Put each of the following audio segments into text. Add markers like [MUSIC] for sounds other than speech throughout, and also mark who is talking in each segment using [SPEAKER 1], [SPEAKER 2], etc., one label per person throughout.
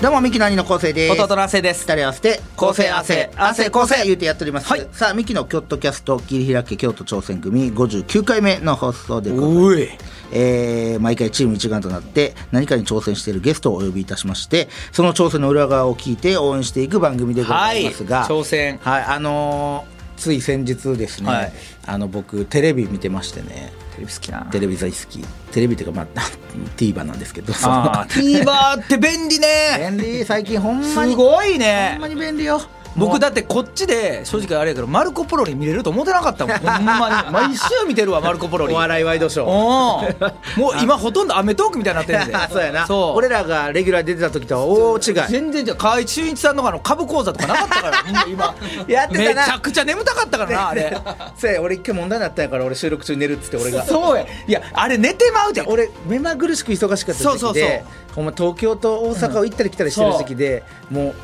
[SPEAKER 1] どうもミキの兄の昴生です
[SPEAKER 2] 弟の亜生です
[SPEAKER 1] 二人合わせて
[SPEAKER 2] 構成汗
[SPEAKER 1] 汗構成言うてやっております、
[SPEAKER 2] はい
[SPEAKER 1] さあミキのキョットキャスト切り開け京都挑戦組59回目の放送でございます
[SPEAKER 2] おい
[SPEAKER 1] えー毎回チーム一丸となって何かに挑戦しているゲストをお呼びいたしましてその挑戦の裏側を聞いて応援していく番組でございますが、
[SPEAKER 2] はい挑戦
[SPEAKER 1] はいあのーつい先日ですね、
[SPEAKER 2] はい
[SPEAKER 1] あの僕テレビ見てましてね
[SPEAKER 2] テレビ好きな
[SPEAKER 1] テレビ大好きテレビっていうかまあ [LAUGHS] TVer なんですけど [LAUGHS]
[SPEAKER 2] あー TVer って便利
[SPEAKER 1] 便
[SPEAKER 2] ね
[SPEAKER 1] 利最近ほんますに
[SPEAKER 2] ごい
[SPEAKER 1] ほん
[SPEAKER 2] ね
[SPEAKER 1] まに便利よ
[SPEAKER 2] 僕だってこっちで正直あれやけどマルコ・ポロリ見れると思ってなかったもんほんまに毎週見てるわマルコ・ポロリ
[SPEAKER 1] お笑いワイドショー
[SPEAKER 2] おーもう今ほとんど『アメトーーク』みたいになってるんで
[SPEAKER 1] [LAUGHS] そうやな
[SPEAKER 2] [LAUGHS] そう
[SPEAKER 1] 俺らがレギュラー出てた時とは大違い
[SPEAKER 2] 全然じゃ河合俊一さんのあの株講座とかなかったから
[SPEAKER 1] [LAUGHS]
[SPEAKER 2] もう今
[SPEAKER 1] やってたな
[SPEAKER 2] めちゃくちゃ眠たかったからなあれ
[SPEAKER 1] [LAUGHS] そうや俺一回問題になったんやから俺収録中に寝るっつって俺が
[SPEAKER 2] そうやいやあれ寝てまうて
[SPEAKER 1] 俺目まぐるしく忙しかった時期で
[SPEAKER 2] そうそうそう
[SPEAKER 1] ほんま東京と大阪を行ったり来たりしてる時期で、もう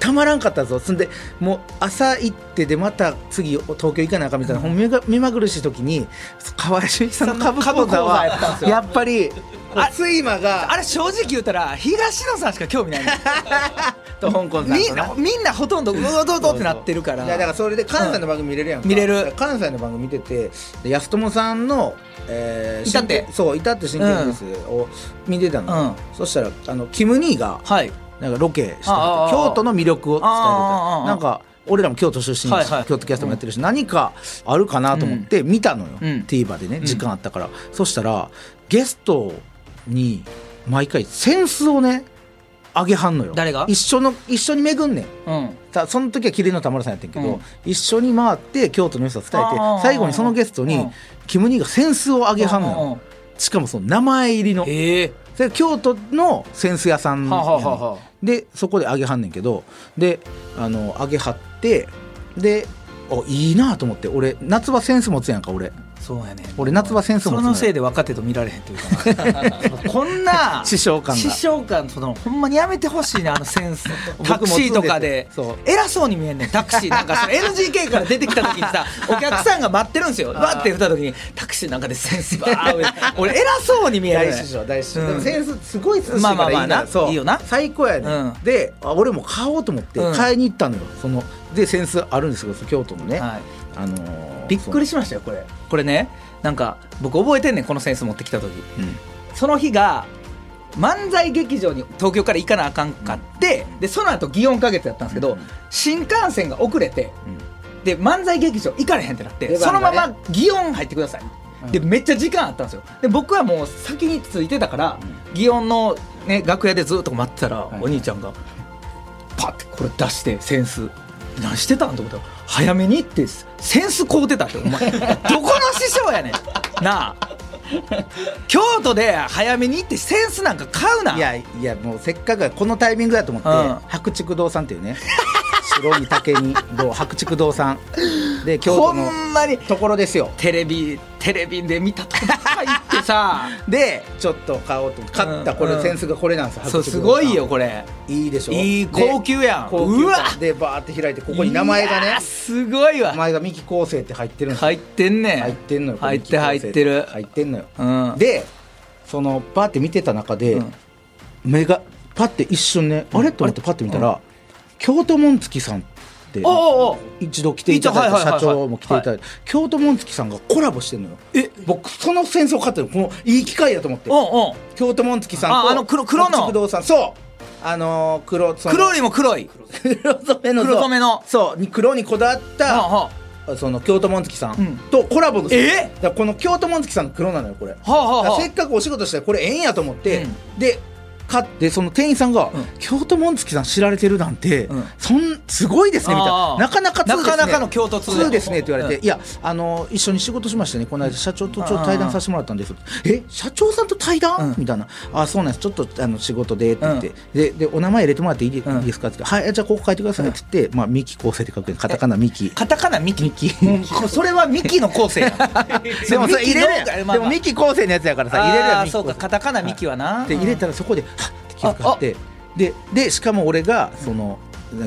[SPEAKER 1] たまらんかったぞそんでもう朝行ってでまた次東京行かなあかんみたいな、ほんま目が目まぐるしい時に川合俊一さんの株講座は
[SPEAKER 2] 株講座やったんですよ
[SPEAKER 1] やっぱり
[SPEAKER 2] あ
[SPEAKER 1] 睡魔が
[SPEAKER 2] あれ正直言うたら東野さんしか興味ないねん
[SPEAKER 1] と香港さんとな
[SPEAKER 2] みんなみんなほとんどうわどうどうってなってるから
[SPEAKER 1] いやだからそれで関西の番組見れるやんか、
[SPEAKER 2] うん見れる
[SPEAKER 1] 関西の番組見ててで安友さんのえー
[SPEAKER 2] いたって
[SPEAKER 1] 神経そういたって新規ニュースを見てたの、
[SPEAKER 2] う
[SPEAKER 1] そしたらあのキム・ニーが
[SPEAKER 2] はい
[SPEAKER 1] なんかロケしてて
[SPEAKER 2] ああああ
[SPEAKER 1] 京都の魅力を伝えるみたい
[SPEAKER 2] あああ
[SPEAKER 1] な
[SPEAKER 2] あ
[SPEAKER 1] なんか俺らも京都出身だし、
[SPEAKER 2] はいはい
[SPEAKER 1] 京都キャストもやってるし、何かあるかなと思って見たのよ、
[SPEAKER 2] うん
[SPEAKER 1] TVer でね
[SPEAKER 2] うん
[SPEAKER 1] 時間あったから、そしたらゲストに毎回センスをね上げはんのよ
[SPEAKER 2] 誰が
[SPEAKER 1] 一緒の一緒に巡んねん
[SPEAKER 2] うん
[SPEAKER 1] たその時はキリの田村さんやってんけど、
[SPEAKER 2] うん
[SPEAKER 1] 一緒に回って京都の良さ伝えて
[SPEAKER 2] あー
[SPEAKER 1] 最後にそのゲスト
[SPEAKER 2] う
[SPEAKER 1] に
[SPEAKER 2] ん
[SPEAKER 1] キム・ニーが扇子を上げはんのよしかもその名前入りの
[SPEAKER 2] ええ
[SPEAKER 1] で京都の扇子屋さんやねん
[SPEAKER 2] はあはあはあはあ
[SPEAKER 1] でそこで上げはんねんけどであの上げはってでおいいなと思って俺夏場センス持つやんか俺
[SPEAKER 2] そうやね
[SPEAKER 1] 俺夏場扇子持つ
[SPEAKER 2] そ
[SPEAKER 1] のよ
[SPEAKER 2] のせいで若手と見られへんというかな
[SPEAKER 1] [LAUGHS]
[SPEAKER 2] こんな
[SPEAKER 1] 師匠感が
[SPEAKER 2] 師匠感そのほんまにやめてほしいなあのセンス
[SPEAKER 1] 僕も
[SPEAKER 2] タクシーとかで
[SPEAKER 1] そう
[SPEAKER 2] 偉そうに見えんねんタクシーなんかその NGK から出てきた時にさお客さんが待ってるんですよバッて振った時にタクシーなんかでセンスバーッ俺偉そうに見える
[SPEAKER 1] 大師匠大師匠、
[SPEAKER 2] うん
[SPEAKER 1] でもセンスすごい涼しい
[SPEAKER 2] ま
[SPEAKER 1] か
[SPEAKER 2] あ
[SPEAKER 1] ら
[SPEAKER 2] まあ
[SPEAKER 1] いい
[SPEAKER 2] まあ
[SPEAKER 1] な,、
[SPEAKER 2] な
[SPEAKER 1] そう
[SPEAKER 2] いいよな
[SPEAKER 1] 最高やね、
[SPEAKER 2] うん
[SPEAKER 1] であ俺も買おうと思って
[SPEAKER 2] うん
[SPEAKER 1] 買いに行ったのよ、そのでセンスあるんですけど京都のね、
[SPEAKER 2] はい
[SPEAKER 1] あのー
[SPEAKER 2] びっくりしましたよこれこれねなんか僕覚えてんねんこのセンス持ってきた時
[SPEAKER 1] そううん
[SPEAKER 2] その日が漫才劇場に東京から行かなあかんかって、でその後祇園か月やったんですけど、
[SPEAKER 1] うん
[SPEAKER 2] 新幹線が遅れてで漫才劇場行かれへんってなって、
[SPEAKER 1] 出
[SPEAKER 2] その
[SPEAKER 1] 番が
[SPEAKER 2] ま
[SPEAKER 1] ね
[SPEAKER 2] ま祇園入ってください、でめっちゃ時間あったんですよで僕はもう先に着いてたから、祇園の、ね、楽屋でずっと待ってたら、
[SPEAKER 1] はい
[SPEAKER 2] お兄ちゃんがパッてこれ出してセンス何してたんと思ったら早めに行ってセンス買うてたってお
[SPEAKER 1] [LAUGHS]
[SPEAKER 2] 前どこの師匠やねんなあ京都で早めに行ってセンスなんか買うない
[SPEAKER 1] やいやもうせっかくやこのタイミングだと思って、
[SPEAKER 2] うん
[SPEAKER 1] 白竹堂さんっていうね白身竹
[SPEAKER 2] [LAUGHS]
[SPEAKER 1] に堂白竹堂さんで京
[SPEAKER 2] ほ
[SPEAKER 1] 都の
[SPEAKER 2] んまに
[SPEAKER 1] ところですよ
[SPEAKER 2] テレビテレビで見たとこばっか行ってさ
[SPEAKER 1] でちょっと買おうと思って買ったこれ、
[SPEAKER 2] うん
[SPEAKER 1] センスがこれなんですよ
[SPEAKER 2] そ
[SPEAKER 1] 白
[SPEAKER 2] う
[SPEAKER 1] 竹堂さ
[SPEAKER 2] す
[SPEAKER 1] ん
[SPEAKER 2] ごいよこれ
[SPEAKER 1] いいでしょ
[SPEAKER 2] いい
[SPEAKER 1] で
[SPEAKER 2] 高級やん
[SPEAKER 1] 高級
[SPEAKER 2] うわ
[SPEAKER 1] 感でバーって開いてここに名前が
[SPEAKER 2] いや
[SPEAKER 1] ね
[SPEAKER 2] ーすごいわ
[SPEAKER 1] 名前が三木昴生って入ってるんですよ
[SPEAKER 2] 入ってんね
[SPEAKER 1] 入ってんのよ
[SPEAKER 2] 入って入ってる
[SPEAKER 1] 入ってんのよ、
[SPEAKER 2] うん
[SPEAKER 1] でそのパーって見てた中で、
[SPEAKER 2] うん
[SPEAKER 1] 目がパッて一瞬ね、あれと思ってパッて見たら、京都紋付さんって
[SPEAKER 2] おうおう
[SPEAKER 1] 一度来ていただい
[SPEAKER 2] いたはいはい
[SPEAKER 1] た
[SPEAKER 2] は
[SPEAKER 1] 社
[SPEAKER 2] い
[SPEAKER 1] 長も来ていただいて、京都紋付さんがコラボしてんのよえ僕その戦争勝ってるこのいい機会やと思って
[SPEAKER 2] おんおん
[SPEAKER 1] 京都紋付さんと
[SPEAKER 2] ああの黒黒の
[SPEAKER 1] 白竹堂さんそうあのー黒その
[SPEAKER 2] 黒よりも黒い
[SPEAKER 1] 黒染めの
[SPEAKER 2] 黒染めの
[SPEAKER 1] そうそうに黒にこだわった、
[SPEAKER 2] はあは
[SPEAKER 1] その京都紋月さ
[SPEAKER 2] うんん
[SPEAKER 1] とコラボの
[SPEAKER 2] え
[SPEAKER 1] だからこの京都紋月さんの黒なのよこれ、
[SPEAKER 2] あはあはあ
[SPEAKER 1] だから
[SPEAKER 2] は
[SPEAKER 1] せっかくお仕事したらこれええんやと思って、
[SPEAKER 2] うん
[SPEAKER 1] で買ってその店員さんが、
[SPEAKER 2] うん
[SPEAKER 1] 京都紋付さん知られてるなんて、
[SPEAKER 2] うん
[SPEAKER 1] そんすごいですねみたいな
[SPEAKER 2] あー
[SPEAKER 1] なかなか通ですね
[SPEAKER 2] なかなかの京都通
[SPEAKER 1] 通ですねって言われて、
[SPEAKER 2] う
[SPEAKER 1] いやあの一緒に仕事しましたねこの間社長とちょっと対談させてもらったんですえ社長さんと対談、
[SPEAKER 2] うん
[SPEAKER 1] みたいなあそうなんですちょっとあの仕事でって言って、ででお名前入れてもらっていいで,、
[SPEAKER 2] うん
[SPEAKER 1] いいですかって言ってはいじゃあここ書いてくださいって言って、まあミキ構成って書くカタカナミキ
[SPEAKER 2] カタカナミキミキそれはミキの構成や
[SPEAKER 1] [LAUGHS]
[SPEAKER 2] [LAUGHS]
[SPEAKER 1] でもそれ入れる
[SPEAKER 2] ミキの
[SPEAKER 1] やん
[SPEAKER 2] まあ
[SPEAKER 1] で
[SPEAKER 2] ま
[SPEAKER 1] も
[SPEAKER 2] あ
[SPEAKER 1] ミキ構成のやつやからさ入れるやん
[SPEAKER 2] あー
[SPEAKER 1] ミキ
[SPEAKER 2] そ
[SPEAKER 1] 構成
[SPEAKER 2] うかカタカナミキはな
[SPEAKER 1] で入れたらそこではっって気づかってででしかも俺がその、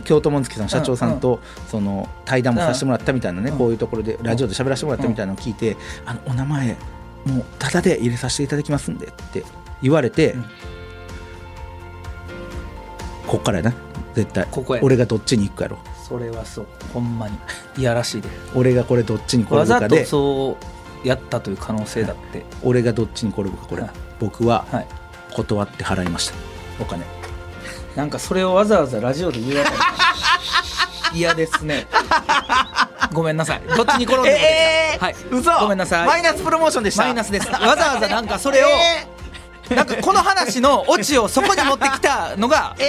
[SPEAKER 1] 京都紋付さん社長さんとその対談もさせてもらったみたいなね、
[SPEAKER 2] うん
[SPEAKER 1] こういうところでラジオで喋らせてもらったみたいなのを聞いて、あのお名前もうタダで入れさせていただきますんでって言われて、
[SPEAKER 2] うん
[SPEAKER 1] こっからやな絶対
[SPEAKER 2] ここや
[SPEAKER 1] 俺がどっちに行くかやろ
[SPEAKER 2] それはそうほんまにいやらしいで
[SPEAKER 1] 俺がこれどっちに
[SPEAKER 2] わ
[SPEAKER 1] 転ぶ
[SPEAKER 2] ざ
[SPEAKER 1] か
[SPEAKER 2] と
[SPEAKER 1] で
[SPEAKER 2] そうやったという可能性だって
[SPEAKER 1] 俺がどっちに転ぶかこれ、
[SPEAKER 2] はい
[SPEAKER 1] 僕は
[SPEAKER 2] はい
[SPEAKER 1] 断って払いましたお金
[SPEAKER 2] なんかそれをわざわざラジオで言うあたり嫌ですねごめんなさいどっちに転んでもできた
[SPEAKER 1] えー
[SPEAKER 2] はい
[SPEAKER 1] 嘘
[SPEAKER 2] ごめんなさい
[SPEAKER 1] マイナスプロモーションでした
[SPEAKER 2] マイナスですわざわざなんかそれを、なんかこの話のオチをそこに持ってきたのが、
[SPEAKER 1] [LAUGHS] えー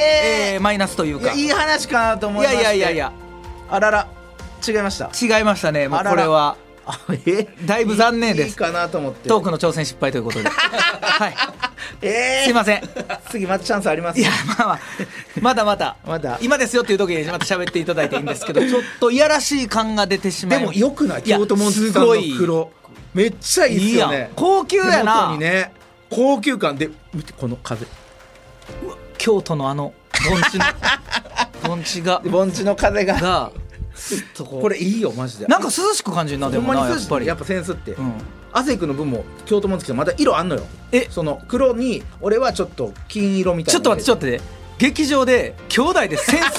[SPEAKER 2] えーマイナスという
[SPEAKER 1] いや
[SPEAKER 2] か
[SPEAKER 1] いい話かなと思いま
[SPEAKER 2] い
[SPEAKER 1] して
[SPEAKER 2] やいやいや
[SPEAKER 1] あらら違いました
[SPEAKER 2] いや違いましたねもう
[SPEAKER 1] あら
[SPEAKER 2] こ
[SPEAKER 1] ら
[SPEAKER 2] れは
[SPEAKER 1] あえ
[SPEAKER 2] だいぶ残念です
[SPEAKER 1] いいかなと思って
[SPEAKER 2] トークの挑戦失敗とい
[SPEAKER 1] [LAUGHS]
[SPEAKER 2] うことではい
[SPEAKER 1] えー、
[SPEAKER 2] すいません
[SPEAKER 1] 次またチャンスあります
[SPEAKER 2] いやまあまあまだまだ
[SPEAKER 1] まだ
[SPEAKER 2] 今ですよっていう時にまた喋っていただいていいんです
[SPEAKER 1] [LAUGHS]
[SPEAKER 2] けどちょっといやらしい感が出てしま
[SPEAKER 1] で
[SPEAKER 2] い
[SPEAKER 1] もよくない
[SPEAKER 2] いや
[SPEAKER 1] 京都モンスターの
[SPEAKER 2] すごい
[SPEAKER 1] 黒めっちゃいいっ
[SPEAKER 2] いい
[SPEAKER 1] す
[SPEAKER 2] や
[SPEAKER 1] よ
[SPEAKER 2] ん
[SPEAKER 1] ね
[SPEAKER 2] 高級や
[SPEAKER 1] 手元
[SPEAKER 2] な、
[SPEAKER 1] にね高級感で見てこの風
[SPEAKER 2] 京都のあの盆地の [LAUGHS] 盆地が
[SPEAKER 1] で盆地の風が
[SPEAKER 2] がすっとこう
[SPEAKER 1] これいいよマジで
[SPEAKER 2] なんか涼しく感じるなで
[SPEAKER 1] ほん
[SPEAKER 2] も
[SPEAKER 1] まに
[SPEAKER 2] なや
[SPEAKER 1] 涼
[SPEAKER 2] っ
[SPEAKER 1] し
[SPEAKER 2] ぱ
[SPEAKER 1] い
[SPEAKER 2] り
[SPEAKER 1] やっぱセンスって、
[SPEAKER 2] うん
[SPEAKER 1] アセイクの分も京都紋付きのまだ色あんのよ
[SPEAKER 2] え
[SPEAKER 1] その黒に俺はちょっと金色みたい
[SPEAKER 2] ちょ
[SPEAKER 1] な
[SPEAKER 2] っと待ってちょ
[SPEAKER 1] っ
[SPEAKER 2] っと待って劇場で兄弟でセン
[SPEAKER 1] [LAUGHS]
[SPEAKER 2] スこ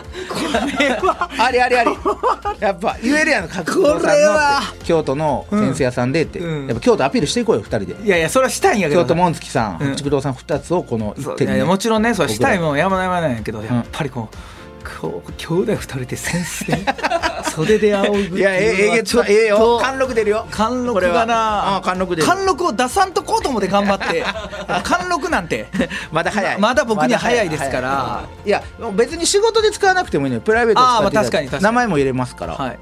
[SPEAKER 2] れは
[SPEAKER 1] とありありあ
[SPEAKER 2] [LAUGHS]
[SPEAKER 1] りやっぱ言えるやんか
[SPEAKER 2] これは
[SPEAKER 1] 京都の先生屋さんでって、
[SPEAKER 2] うん
[SPEAKER 1] やっぱ京都アピールしていこうよ二人で
[SPEAKER 2] いやいやそれはしたいんやけど
[SPEAKER 1] 京都紋付さん
[SPEAKER 2] うん
[SPEAKER 1] 筑堂さん二つをこの一
[SPEAKER 2] そう
[SPEAKER 1] 手
[SPEAKER 2] い
[SPEAKER 1] に
[SPEAKER 2] やいやもちろんねそれはしたい
[SPEAKER 1] 僕
[SPEAKER 2] もんやまないまないんやけどやっぱりこうこう兄弟二人でセンスで
[SPEAKER 1] [LAUGHS]
[SPEAKER 2] 袖で仰ぐ
[SPEAKER 1] いやええええげつ
[SPEAKER 2] ちょ
[SPEAKER 1] な
[SPEAKER 2] っと
[SPEAKER 1] ええよ貫禄出るよこ
[SPEAKER 2] 貫禄
[SPEAKER 1] れは
[SPEAKER 2] がな
[SPEAKER 1] ああ貫禄出る
[SPEAKER 2] 貫禄を出さんとこうと思って頑張って
[SPEAKER 1] [LAUGHS]
[SPEAKER 2] 貫禄なんて
[SPEAKER 1] まだ早い
[SPEAKER 2] ままだ僕には早いですから
[SPEAKER 1] まだ早いいや別に仕事で使わなくてもいいのよプライベートで使っていただいて
[SPEAKER 2] あーまあ確かに確かに
[SPEAKER 1] 名前も入れますから
[SPEAKER 2] はい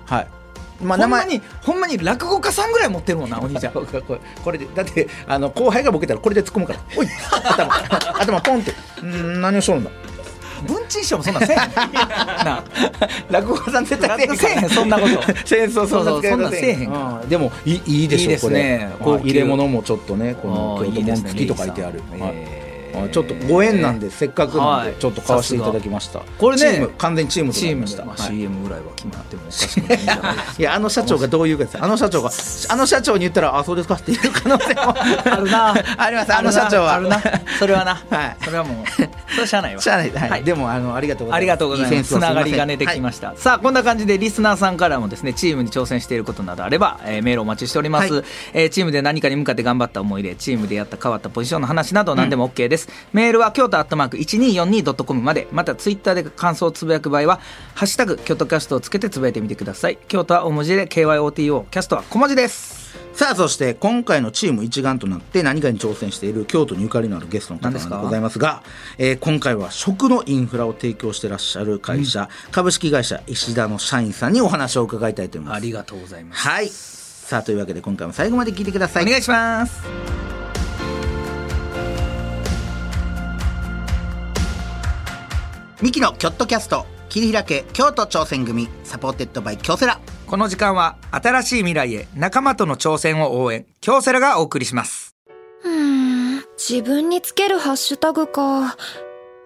[SPEAKER 1] まあ
[SPEAKER 2] ほ
[SPEAKER 1] 名
[SPEAKER 2] んま
[SPEAKER 1] 前
[SPEAKER 2] にほんまに落語家さんぐらい持ってるもんなお兄
[SPEAKER 1] [LAUGHS]
[SPEAKER 2] ちゃん
[SPEAKER 1] これこれでだってあの後輩がボケたらこれで突っ込むから「おい!」頭 [LAUGHS] 頭ポンって「うーん何をしとるんだ」
[SPEAKER 2] 文鎮師匠もそんなんせえへん
[SPEAKER 1] [LAUGHS]
[SPEAKER 2] なあ
[SPEAKER 1] 落語家さん絶対
[SPEAKER 2] せえへんそんなこと
[SPEAKER 1] 戦争そんな使い
[SPEAKER 2] そうそうそんな
[SPEAKER 1] 方
[SPEAKER 2] ん
[SPEAKER 1] せ
[SPEAKER 2] せ
[SPEAKER 1] えへ
[SPEAKER 2] えへ
[SPEAKER 1] ん
[SPEAKER 2] ん
[SPEAKER 1] うんでもいいいいでしょ
[SPEAKER 2] いいです
[SPEAKER 1] これ
[SPEAKER 2] ね
[SPEAKER 1] はい
[SPEAKER 2] 高級
[SPEAKER 1] 入れ物もちょっとねこの
[SPEAKER 2] あー
[SPEAKER 1] 京都
[SPEAKER 2] い
[SPEAKER 1] 紋
[SPEAKER 2] いですね
[SPEAKER 1] 付きとか書いてある
[SPEAKER 2] レイさん
[SPEAKER 1] はい
[SPEAKER 2] へ
[SPEAKER 1] は
[SPEAKER 2] ー
[SPEAKER 1] いちょっとご縁なんでせっかくなんで
[SPEAKER 2] はい
[SPEAKER 1] ちょっと買わせていただきました
[SPEAKER 2] これね
[SPEAKER 1] チーム完全にチームと
[SPEAKER 2] チ
[SPEAKER 1] な
[SPEAKER 2] ー
[SPEAKER 1] り
[SPEAKER 2] ム
[SPEAKER 1] ま
[SPEAKER 2] で
[SPEAKER 1] した
[SPEAKER 2] まあ
[SPEAKER 1] はい
[SPEAKER 2] CM ぐらいは決まってもおかしくないんじゃないですか
[SPEAKER 1] いやあの社長がどういうかですあの社長があの社長に言ったらあそうですかって言う可能性も
[SPEAKER 2] あるな
[SPEAKER 1] [LAUGHS] ありますあの社長は
[SPEAKER 2] あるなそれはな、
[SPEAKER 1] [LAUGHS] はい
[SPEAKER 2] それはもうそれはしゃあないわ
[SPEAKER 1] しゃあない、はい
[SPEAKER 2] はい
[SPEAKER 1] でもあのありがとうございます
[SPEAKER 2] ありがとうござい
[SPEAKER 1] いいセ
[SPEAKER 2] ま
[SPEAKER 1] ン
[SPEAKER 2] す
[SPEAKER 1] スを
[SPEAKER 2] つながりが
[SPEAKER 1] すい
[SPEAKER 2] ね
[SPEAKER 1] ませ
[SPEAKER 2] で
[SPEAKER 1] ん
[SPEAKER 2] きました、さあこんな感じでリスナーさんからもですねチームに挑戦していることなどあれば、えーメールお待ちしております、
[SPEAKER 1] はい
[SPEAKER 2] えーチームで何かに向かって頑張った思い出チームでやった変わったポジションの話など何でも OK です、メールは京都アットマーク 1242.com までまたツイッターで感想をつぶやく場合は「ハッシュタグ京都キャスト」をつけてつぶやいてみてください京都は大文字で KYOTO キャストは小文字です
[SPEAKER 1] さあそして今回のチーム一丸となって何かに挑戦している京都にゆかりのあるゲストの方
[SPEAKER 2] 何
[SPEAKER 1] で
[SPEAKER 2] ですか
[SPEAKER 1] ございますがえー今回は食のインフラを提供してらっしゃる会社、株式会社石田の社員さんにお話を伺いたいと思います。
[SPEAKER 2] がとうございま
[SPEAKER 1] はいさあというわけで今回も最後まで聞いてくださ
[SPEAKER 2] お
[SPEAKER 1] い。
[SPEAKER 2] 願いします
[SPEAKER 1] ミキのキョットキャスト切り開け京都挑戦組サポーテッドバイ京セラ
[SPEAKER 2] この時間は新しい未来へ仲間との挑戦を応援京セラがお送りします
[SPEAKER 3] うーん自分につけるハッシュタグか。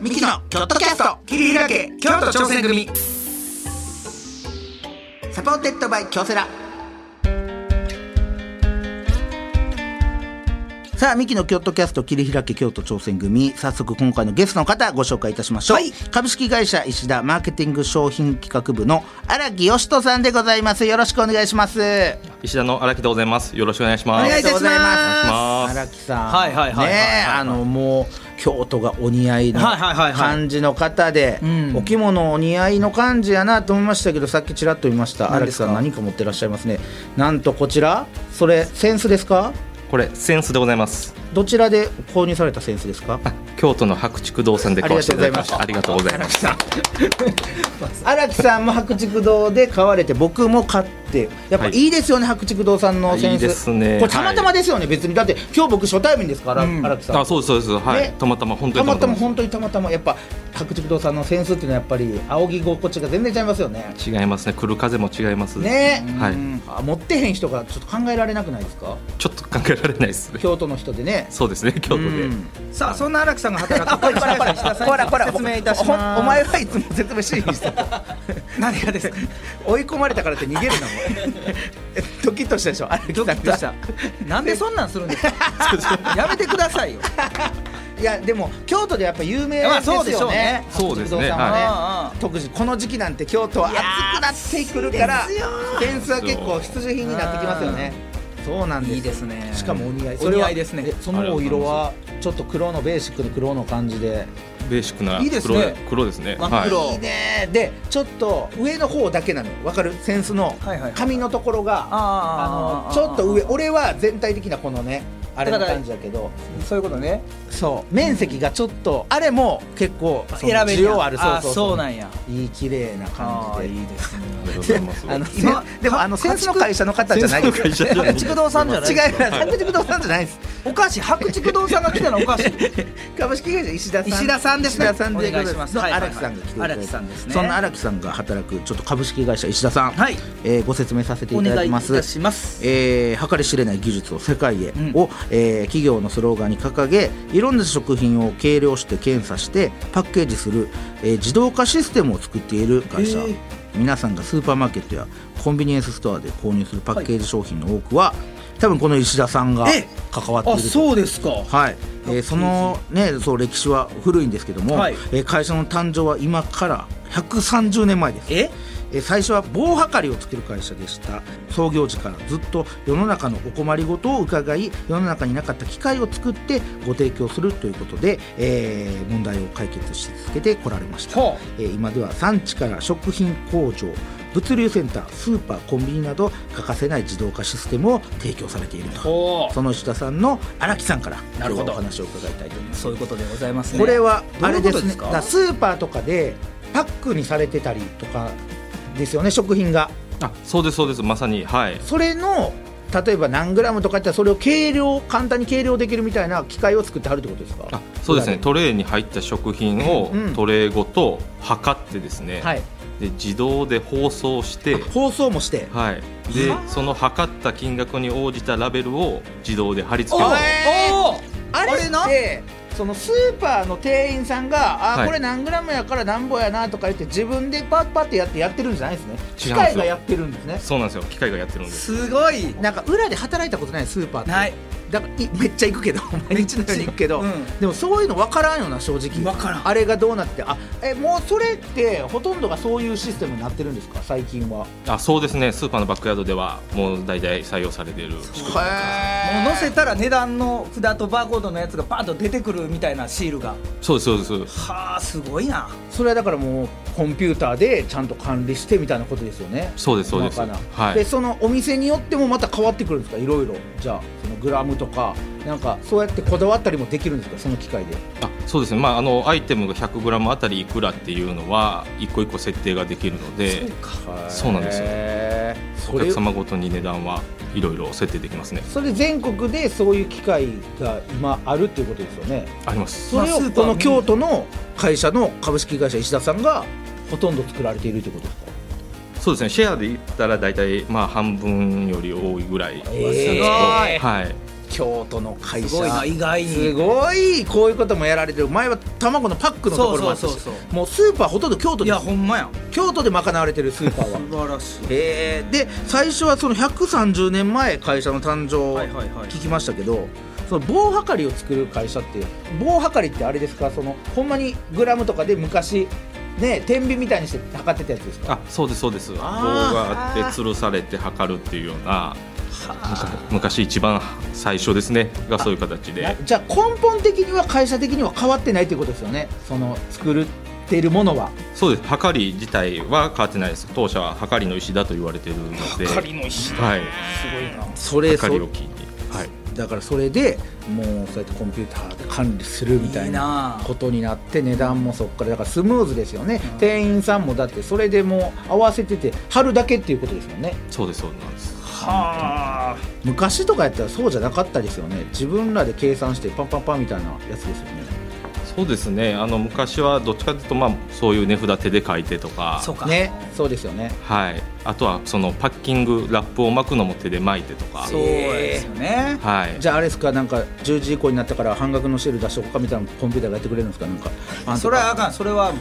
[SPEAKER 1] ミキのキョットキャスト切り開け京都挑戦組サポーテッドバイ京セラさあミキの京都キャスト切り開け京都挑戦組早速今回のゲストの方ご紹介いたしましょう、
[SPEAKER 2] はい
[SPEAKER 1] 株式会社石田マーケティング商品企画部の荒木義人さんでございますよろしくお願いします
[SPEAKER 4] 石田の荒木でございます。よろしくお願いします。
[SPEAKER 1] お願いいたします
[SPEAKER 4] ます
[SPEAKER 1] 荒木さん
[SPEAKER 2] はいはいはいはい
[SPEAKER 1] ねえ
[SPEAKER 2] はい
[SPEAKER 1] あのもう京都がお似合いの
[SPEAKER 2] はいはいはいはい
[SPEAKER 1] 感じの方で、
[SPEAKER 2] うん
[SPEAKER 1] お着物お似合いの感じやなと思いましたけどさっきちらっと見ました荒木さん何か持ってらっしゃいますねなんとこちらそれセンスですか
[SPEAKER 4] これセンスでございます。
[SPEAKER 1] どちらで購入されたセンスですか
[SPEAKER 4] 京都の白竹堂さんで買わせていただきました。ありがとうございました。
[SPEAKER 1] 荒木さんも白竹堂で買われて僕も買ってやっぱ
[SPEAKER 4] はいい
[SPEAKER 1] いですよね、白竹堂さんのセンス
[SPEAKER 4] いいですね
[SPEAKER 1] これたまたまですよね、別にだって今日僕初対面ですから、
[SPEAKER 2] うん
[SPEAKER 1] 荒木さん
[SPEAKER 4] あ、そうですそうです。はい。
[SPEAKER 1] ね
[SPEAKER 4] たまたま本当
[SPEAKER 1] た
[SPEAKER 4] に
[SPEAKER 1] またま
[SPEAKER 4] ま
[SPEAKER 1] 本当にたまたまやっぱ白竹堂さんのセンスっていうのはやっぱり仰ぎ心地が全然違いますよね
[SPEAKER 4] 違いますね。来る風も違います。
[SPEAKER 1] ね
[SPEAKER 4] は
[SPEAKER 1] う
[SPEAKER 4] い。
[SPEAKER 1] んあ持ってへん人がちょっと考えられなくないですか
[SPEAKER 4] ちょっと考えられないですね。
[SPEAKER 1] 京都の人でね
[SPEAKER 4] そうですね。京都で。
[SPEAKER 1] うん
[SPEAKER 2] さあそんな荒木さんが働く
[SPEAKER 1] こらこらこらこら
[SPEAKER 2] 説明いたします
[SPEAKER 1] おお前はいつも説明しにしてた
[SPEAKER 2] [LAUGHS] 何がですか
[SPEAKER 1] 追い込まれたからって逃げるなもうドキッとしたでしょ荒木さ
[SPEAKER 2] ド
[SPEAKER 1] ん
[SPEAKER 2] キ
[SPEAKER 1] が
[SPEAKER 2] ッとしたなんでそんなんするんですかやめてくださいよ
[SPEAKER 1] いやでも京都でやっぱ有名
[SPEAKER 2] まあ
[SPEAKER 1] です
[SPEAKER 2] そうでしょ
[SPEAKER 1] よ
[SPEAKER 2] う
[SPEAKER 1] ね
[SPEAKER 2] ね
[SPEAKER 4] そうです
[SPEAKER 1] 白竹堂
[SPEAKER 4] ね
[SPEAKER 1] さんもね
[SPEAKER 2] は
[SPEAKER 1] 特にこの時期なんて京都は暑くなってくるから点数は結構必需品になってきますよねそうなんです
[SPEAKER 2] いいですね
[SPEAKER 1] しかもお似合い
[SPEAKER 2] お似合いですね
[SPEAKER 1] それはそのお色はちょっと黒のベーシックの黒の感じで
[SPEAKER 4] ベーシックな
[SPEAKER 2] い
[SPEAKER 4] い黒
[SPEAKER 2] ですね
[SPEAKER 4] 黒ですね。
[SPEAKER 2] 真っ黒
[SPEAKER 4] はい
[SPEAKER 1] いいねでちょっと上の方だけなのよわかるセンスの
[SPEAKER 2] はいはいはい
[SPEAKER 1] 髪のところがあ
[SPEAKER 2] あーあーあ
[SPEAKER 1] の
[SPEAKER 2] ー
[SPEAKER 1] ちょっと上
[SPEAKER 2] あー
[SPEAKER 1] 俺は全体的なこのねあれの感じだけど
[SPEAKER 2] そういうことね
[SPEAKER 1] そう面積がちょっとあれも結構その
[SPEAKER 2] 選べ
[SPEAKER 1] 需
[SPEAKER 2] る
[SPEAKER 1] 要あるそうそ
[SPEAKER 2] あそううそうなんや
[SPEAKER 1] いい綺麗な感じで
[SPEAKER 2] いですね
[SPEAKER 4] ありがとうございます。
[SPEAKER 1] あの
[SPEAKER 2] 今
[SPEAKER 1] せんでもあのセンスの会社の方じゃないです。
[SPEAKER 4] センス
[SPEAKER 1] [LAUGHS]
[SPEAKER 4] の会社じゃない
[SPEAKER 1] 白竹堂さんじゃない。違
[SPEAKER 4] はい
[SPEAKER 1] います。白竹堂さんじゃないです。
[SPEAKER 2] おかしい白竹堂さんが来たらおかしい
[SPEAKER 1] 株式会社 [LAUGHS] 石田さん。
[SPEAKER 2] 石田さんですね
[SPEAKER 1] 石田さんでござい
[SPEAKER 2] お願いし
[SPEAKER 1] ま。
[SPEAKER 2] ますす
[SPEAKER 1] の
[SPEAKER 2] はいはい
[SPEAKER 1] 荒
[SPEAKER 2] はい
[SPEAKER 1] 木さんが来てくれて
[SPEAKER 2] 荒木さんですね
[SPEAKER 1] その荒木さんが働くちょっと株式会社石田さん。
[SPEAKER 2] はい
[SPEAKER 1] えーご説明させてい
[SPEAKER 2] お
[SPEAKER 1] ただ
[SPEAKER 2] 願い
[SPEAKER 1] き
[SPEAKER 2] い
[SPEAKER 1] ます。
[SPEAKER 2] たします
[SPEAKER 1] えー計り知れない技術を世界へ
[SPEAKER 2] ん
[SPEAKER 1] を、えー企業のスローガンに掲げいろんな食品を計量して検査してパッケージする、えー自動化システムを作っている会社、皆さんがスーパーマーケットやコンビニエンスストアで購入するパッケージ商品の多くは、多分この石田さんが
[SPEAKER 2] え
[SPEAKER 1] 関わってい
[SPEAKER 2] あ
[SPEAKER 1] ると
[SPEAKER 2] そうですか
[SPEAKER 1] はい、えーそのねそう歴史は古いんですけども、
[SPEAKER 2] はい
[SPEAKER 1] えー会社の誕生は今から130年前です
[SPEAKER 2] え
[SPEAKER 1] えー最初は棒はかりをつける会社でした創業時からずっと世の中のお困りごとを伺い世の中になかった機械を作ってご提供するということで、えー問題を解決し続けてこられました、
[SPEAKER 2] は
[SPEAKER 1] えー今では産地から食品工場物流センタースーパーコンビニなど欠かせない自動化システムを提供されていると
[SPEAKER 2] ほ
[SPEAKER 1] その石田さんの荒木さんから今
[SPEAKER 2] な
[SPEAKER 1] 日
[SPEAKER 2] るほ
[SPEAKER 1] は
[SPEAKER 2] ど
[SPEAKER 1] お話を伺いたいと思います
[SPEAKER 2] そういうことでございますね
[SPEAKER 1] これはあれで
[SPEAKER 2] ど
[SPEAKER 1] す
[SPEAKER 2] う
[SPEAKER 1] ね
[SPEAKER 2] いうことですか
[SPEAKER 1] だからスーパーとかでパックにされてたりとかですよね食品が
[SPEAKER 4] あ、そうですそうです。まさにはい。
[SPEAKER 1] それの例えば何グラムとかやってそれを計量簡単に計量できるみたいな機械を作ってはるってことですか
[SPEAKER 4] あ、そうですね。トレーに入った食品を
[SPEAKER 1] うん
[SPEAKER 4] トレーごと測ってですね。
[SPEAKER 1] はい
[SPEAKER 4] で自動で包装して。
[SPEAKER 1] 包装もして
[SPEAKER 4] はい、でその測った金額に応じたラベルを自動で貼り付
[SPEAKER 2] お
[SPEAKER 4] け
[SPEAKER 2] ー
[SPEAKER 4] る
[SPEAKER 1] えー
[SPEAKER 2] おー
[SPEAKER 1] あれ
[SPEAKER 2] あれな
[SPEAKER 1] ってそのスーパーの店員さんがあ
[SPEAKER 4] は
[SPEAKER 1] ー
[SPEAKER 4] い
[SPEAKER 1] これ何グラムやから何本やなとか言って自分でパッパッてやってやってるんじゃないですね機械がやってるんですね
[SPEAKER 4] そうなんですよ機械がやってるんです
[SPEAKER 2] すごい
[SPEAKER 1] なんか裏で働いたことないスーパーって
[SPEAKER 2] ない
[SPEAKER 1] だからいめっちゃ行くけど毎日のように行く [LAUGHS] けど、
[SPEAKER 2] うん
[SPEAKER 1] でもそういうの分からんよな正直
[SPEAKER 2] 分からん
[SPEAKER 1] あれがどうなってあえもうそれってほとんどがそういうシステムになってるんですか最近は
[SPEAKER 4] あそうですねスーパーのバックヤードではもう大体採用されている仕組み
[SPEAKER 1] へ
[SPEAKER 2] もう載せたら値段の札とバーコードのやつがバンと出てくるみたいなシールが
[SPEAKER 4] そうですそうですそうです
[SPEAKER 2] はあすごいな
[SPEAKER 1] それはだからもうコンピューターでちゃんと管理してみたいなことですよね
[SPEAKER 4] そうですそうです
[SPEAKER 1] 今から
[SPEAKER 4] はい
[SPEAKER 1] でそのお店によってもまた変わってくるんですかいろいろじゃあそのグラムとかなんかそうやってこだわったりもできるんですかその機械で
[SPEAKER 4] あそうですねまああのアイテムが 100g あたりいくらっていうのは一個一個設定ができるのでそうなんですよ
[SPEAKER 1] へー
[SPEAKER 4] お
[SPEAKER 1] そ
[SPEAKER 4] 客
[SPEAKER 1] れ
[SPEAKER 4] 様ごとに値段はいろいろ設定できますね
[SPEAKER 1] それ全国でそういう機械が今あるっていうことですよね
[SPEAKER 4] あります
[SPEAKER 1] それ
[SPEAKER 2] まあ
[SPEAKER 1] を
[SPEAKER 2] スーパー
[SPEAKER 1] この京都の会社の株式会社石田さんがほとんど作られているということですか
[SPEAKER 4] そうですねシェアで言ったら大体まあ半分より多いぐらい
[SPEAKER 1] えー
[SPEAKER 4] はい
[SPEAKER 1] 京都の会社
[SPEAKER 5] すごいな意外に
[SPEAKER 1] すごいこういうこともやられてる前は卵のパックのところもあったし
[SPEAKER 5] そうそうそう
[SPEAKER 1] もうスーパーほとんど京都
[SPEAKER 5] い
[SPEAKER 1] で
[SPEAKER 5] やほんまや
[SPEAKER 1] 京都で賄われてるスーパーは
[SPEAKER 5] 素晴らしい
[SPEAKER 1] えーで最初はその130年前会社の誕生を
[SPEAKER 5] はいはいはい
[SPEAKER 1] 聞きましたけどその棒はかりを作る会社って棒はかりってあれですかそのほんまにグラムとかで昔ね天秤みたいにして測ってたやつですか
[SPEAKER 4] あそうですそうです棒
[SPEAKER 1] あー
[SPEAKER 4] があって吊るされて測るっていうような昔昔一番最初ですねがそういう形で
[SPEAKER 1] じゃあ根本的には会社的には変わってないということですよねその作っているものは
[SPEAKER 4] そうですはかり自体は変わってないです当社ははかりの石だと言われてるのではかりの石はい
[SPEAKER 1] それ
[SPEAKER 4] はかり
[SPEAKER 1] そ
[SPEAKER 4] を聞いてはい
[SPEAKER 1] だからそれでもうそうやってコンピューターで管理するみた
[SPEAKER 5] い
[SPEAKER 1] い
[SPEAKER 5] い
[SPEAKER 1] な
[SPEAKER 5] なあ
[SPEAKER 1] ことになって値段もそこからだからスムーズですよね、店員さんもだってそれでもう合わせてて貼るだけっていうことですもんね
[SPEAKER 4] そうですそうなんです
[SPEAKER 5] はあ
[SPEAKER 1] 昔とかやったらそうじゃなかったですよね自分らで計算してパンパンパンみたいなやつですよね
[SPEAKER 4] そうですねあの昔はどっちかというとまあそういう値札手で書いてとか
[SPEAKER 5] そうか
[SPEAKER 1] ねそうですよね
[SPEAKER 4] はいあとはそのパッキングラップを巻くのも手で巻いてとか
[SPEAKER 5] そうですよね
[SPEAKER 4] はい
[SPEAKER 1] じゃああれですかなんか10時以降になったから半額のシール出しとこうかみたいなのコンピューターがやってくれるんですかなんかあんた
[SPEAKER 5] それはあかんそれはも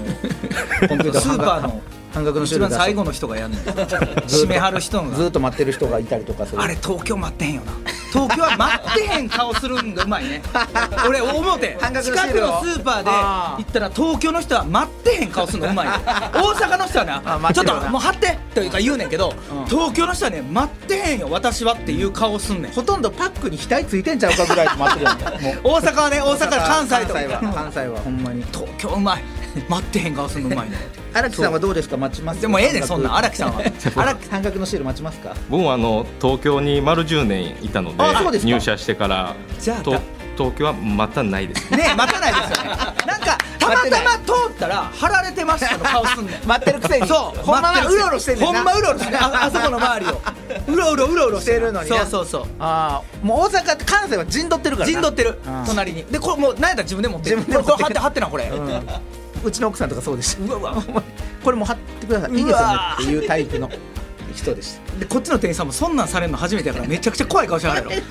[SPEAKER 5] う
[SPEAKER 1] コンピューター
[SPEAKER 5] スーパーの
[SPEAKER 1] 半額のシ
[SPEAKER 5] 一
[SPEAKER 1] ール
[SPEAKER 5] 番
[SPEAKER 1] 出しとこ
[SPEAKER 5] 最
[SPEAKER 1] う
[SPEAKER 5] 後の人がやんねん締め張る人
[SPEAKER 1] ず
[SPEAKER 5] が
[SPEAKER 1] っと待ってる人がいたりとかする
[SPEAKER 5] あれ東京待ってへんよな東京は待ってへん顔するんがうまいね俺思うて
[SPEAKER 1] 半額のシ
[SPEAKER 5] 近
[SPEAKER 1] ー
[SPEAKER 5] く
[SPEAKER 1] ルを
[SPEAKER 5] のスーパーで
[SPEAKER 1] あ
[SPEAKER 5] 行ったら東京の人は待ってへん顔するの
[SPEAKER 1] [LAUGHS]
[SPEAKER 5] うまいよ大阪の人は
[SPEAKER 1] あ
[SPEAKER 5] な
[SPEAKER 1] 待
[SPEAKER 5] ちょ
[SPEAKER 1] っる
[SPEAKER 5] ってと
[SPEAKER 1] よな
[SPEAKER 5] もう張ってというか言うねんけど
[SPEAKER 1] うん
[SPEAKER 5] 東京の人はね待ってへんよ私はっていう顔すんねん
[SPEAKER 1] ほとんどパックに額ついてんちゃうかぐらいで待ってるやんもう
[SPEAKER 5] 大阪はね [LAUGHS] 大阪関西と
[SPEAKER 1] 関西は
[SPEAKER 5] か
[SPEAKER 1] 関西はほんまに
[SPEAKER 5] 東京うまい待ってへん顔するのうまいね
[SPEAKER 1] 荒木さんはどうですか待ちます
[SPEAKER 5] でもええねんそんなん
[SPEAKER 1] ん
[SPEAKER 5] 荒木
[SPEAKER 1] [LAUGHS]
[SPEAKER 5] さんは
[SPEAKER 1] 荒木半額のシール待ちますか
[SPEAKER 4] 僕はあの東京に丸10年いたので
[SPEAKER 1] あそうですか
[SPEAKER 4] 入社してから
[SPEAKER 5] じゃあ
[SPEAKER 4] と東京はまたないですね
[SPEAKER 5] ねえ待たないですよねなんかたまたま通ったら貼られてましたの顔すんねん
[SPEAKER 1] [LAUGHS] 待ってるくせに
[SPEAKER 5] そう
[SPEAKER 1] ほんまは
[SPEAKER 5] 待って
[SPEAKER 1] う
[SPEAKER 5] るくせに
[SPEAKER 1] ろうろしてんねんな
[SPEAKER 5] ほんまうろうろしてんねんああそこの周り
[SPEAKER 1] [LAUGHS]
[SPEAKER 5] をうろうろうろうろ
[SPEAKER 1] してるのにな
[SPEAKER 5] そうそうそう
[SPEAKER 1] ああもう大阪関西は陣取ってるからな
[SPEAKER 5] 陣取ってる
[SPEAKER 1] うん
[SPEAKER 5] 隣にでこれもう何やったら自分で持ってる
[SPEAKER 1] 自分で持ってる
[SPEAKER 5] これこれ貼って貼ってなこれ、
[SPEAKER 1] うんうちの奥さんとかそうでした
[SPEAKER 5] うわう
[SPEAKER 1] ほ
[SPEAKER 5] わ
[SPEAKER 1] んまに [LAUGHS] これも貼ってくださいいいです
[SPEAKER 5] う
[SPEAKER 1] よね
[SPEAKER 5] わ
[SPEAKER 1] っていうタイプの人で
[SPEAKER 5] [LAUGHS]
[SPEAKER 1] した
[SPEAKER 5] でこっちの店員さんもそんなんされるの初めてやからめちゃくちゃ怖い顔してはる
[SPEAKER 1] [LAUGHS]
[SPEAKER 5] やろ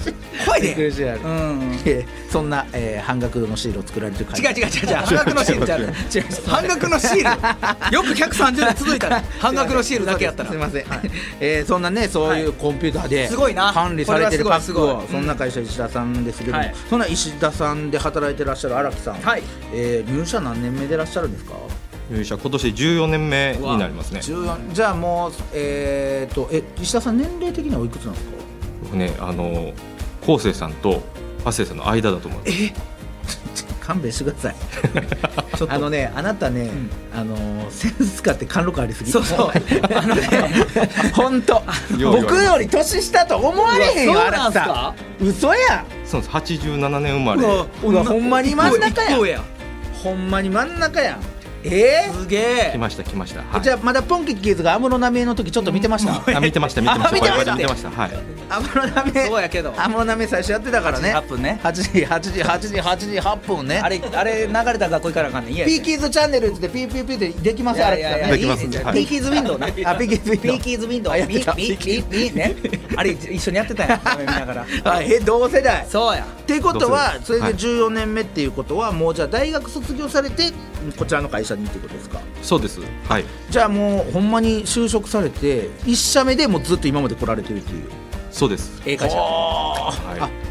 [SPEAKER 5] 怖い
[SPEAKER 1] びっく
[SPEAKER 5] で
[SPEAKER 1] りしてやる
[SPEAKER 5] うん
[SPEAKER 1] えーそんな、えー半額のシールを作られてる会
[SPEAKER 5] 違う違う
[SPEAKER 1] [LAUGHS]
[SPEAKER 5] 違う違う半額のシールちゃう
[SPEAKER 4] 違う違う
[SPEAKER 5] 半額のシー
[SPEAKER 1] [LAUGHS]
[SPEAKER 5] ルよく130年続いたら半額のシールだけやったら
[SPEAKER 1] すみません、 [LAUGHS] えーそんなねそういうコンピューター
[SPEAKER 5] は
[SPEAKER 1] で
[SPEAKER 5] いすごいな
[SPEAKER 1] 管理されてる
[SPEAKER 5] こ
[SPEAKER 1] パ
[SPEAKER 5] れはす
[SPEAKER 1] ッ
[SPEAKER 5] ご
[SPEAKER 1] ク
[SPEAKER 5] い
[SPEAKER 1] を、
[SPEAKER 5] すごい
[SPEAKER 1] そんな会社石田さんですけども、
[SPEAKER 5] はい
[SPEAKER 1] そんな石田さんで働いてらっしゃる荒木さん、
[SPEAKER 5] はい
[SPEAKER 1] えー入社何年目でいらっしゃるんですか
[SPEAKER 4] 入社今年14年目になりますね
[SPEAKER 1] 14じゃあもうえー、とえ石田さん年齢的にはおいくつなんですか
[SPEAKER 4] 僕ねあの昴生さんと亜生さんの間だと思います
[SPEAKER 1] 勘弁してくださ
[SPEAKER 5] [LAUGHS]
[SPEAKER 1] いあのねあなたね、あのーセンス使って貫禄ありすぎ
[SPEAKER 5] そうそうあ [LAUGHS] のね
[SPEAKER 1] [LAUGHS] 本当
[SPEAKER 4] よう言われる
[SPEAKER 1] 僕より年下と思われへん
[SPEAKER 5] う
[SPEAKER 1] よ
[SPEAKER 5] わそう
[SPEAKER 1] 荒
[SPEAKER 5] なん
[SPEAKER 1] 木さ
[SPEAKER 5] すか
[SPEAKER 1] ん嘘や
[SPEAKER 4] そうです87年生まれ
[SPEAKER 5] うわ
[SPEAKER 1] うわほんまに真ん中や
[SPEAKER 5] 一方や
[SPEAKER 1] ほんまに真ん中やんえ
[SPEAKER 5] すげ
[SPEAKER 4] 来
[SPEAKER 5] え
[SPEAKER 4] ました来ました、はい、
[SPEAKER 1] じゃあまだポンキッキーズが安室奈美恵の時ちょっと見てま [LAUGHS] した
[SPEAKER 4] あ見てました見てま
[SPEAKER 1] あ見
[SPEAKER 4] した
[SPEAKER 1] てました
[SPEAKER 4] 我々見てましたはい
[SPEAKER 1] 安室奈美恵
[SPEAKER 5] そうやけど
[SPEAKER 1] 安室奈美恵最初やってたからね
[SPEAKER 5] 8分ね
[SPEAKER 1] 8時8時8時8時8分ね
[SPEAKER 5] あれあれ流れた学校行かなあかんねん家や
[SPEAKER 1] ピーキーズチャンネルって言ってピーピーピーってできますよあれ
[SPEAKER 5] いやいやい
[SPEAKER 4] やできますね
[SPEAKER 1] いい
[SPEAKER 4] はい
[SPEAKER 1] ピーキーズウィンドウねあピーキーズウィンドウ
[SPEAKER 5] ピーキーズウィンドウ
[SPEAKER 1] あやってた
[SPEAKER 5] ピーピーピーピーねあれ一緒にやって [LAUGHS] たんや画面見ながら
[SPEAKER 1] あえ同世代
[SPEAKER 5] そうや
[SPEAKER 1] っていうことはそ
[SPEAKER 4] 同世
[SPEAKER 1] れ
[SPEAKER 4] 代
[SPEAKER 1] で14年目っていうことはもうじゃあ大学卒業されてこちらの会社にっていうことですか
[SPEAKER 4] そうですはい
[SPEAKER 1] じゃあもうほんまに就職されて1社目でもうずっと今まで来られてるっていう
[SPEAKER 4] そうです
[SPEAKER 5] ええ会社
[SPEAKER 4] は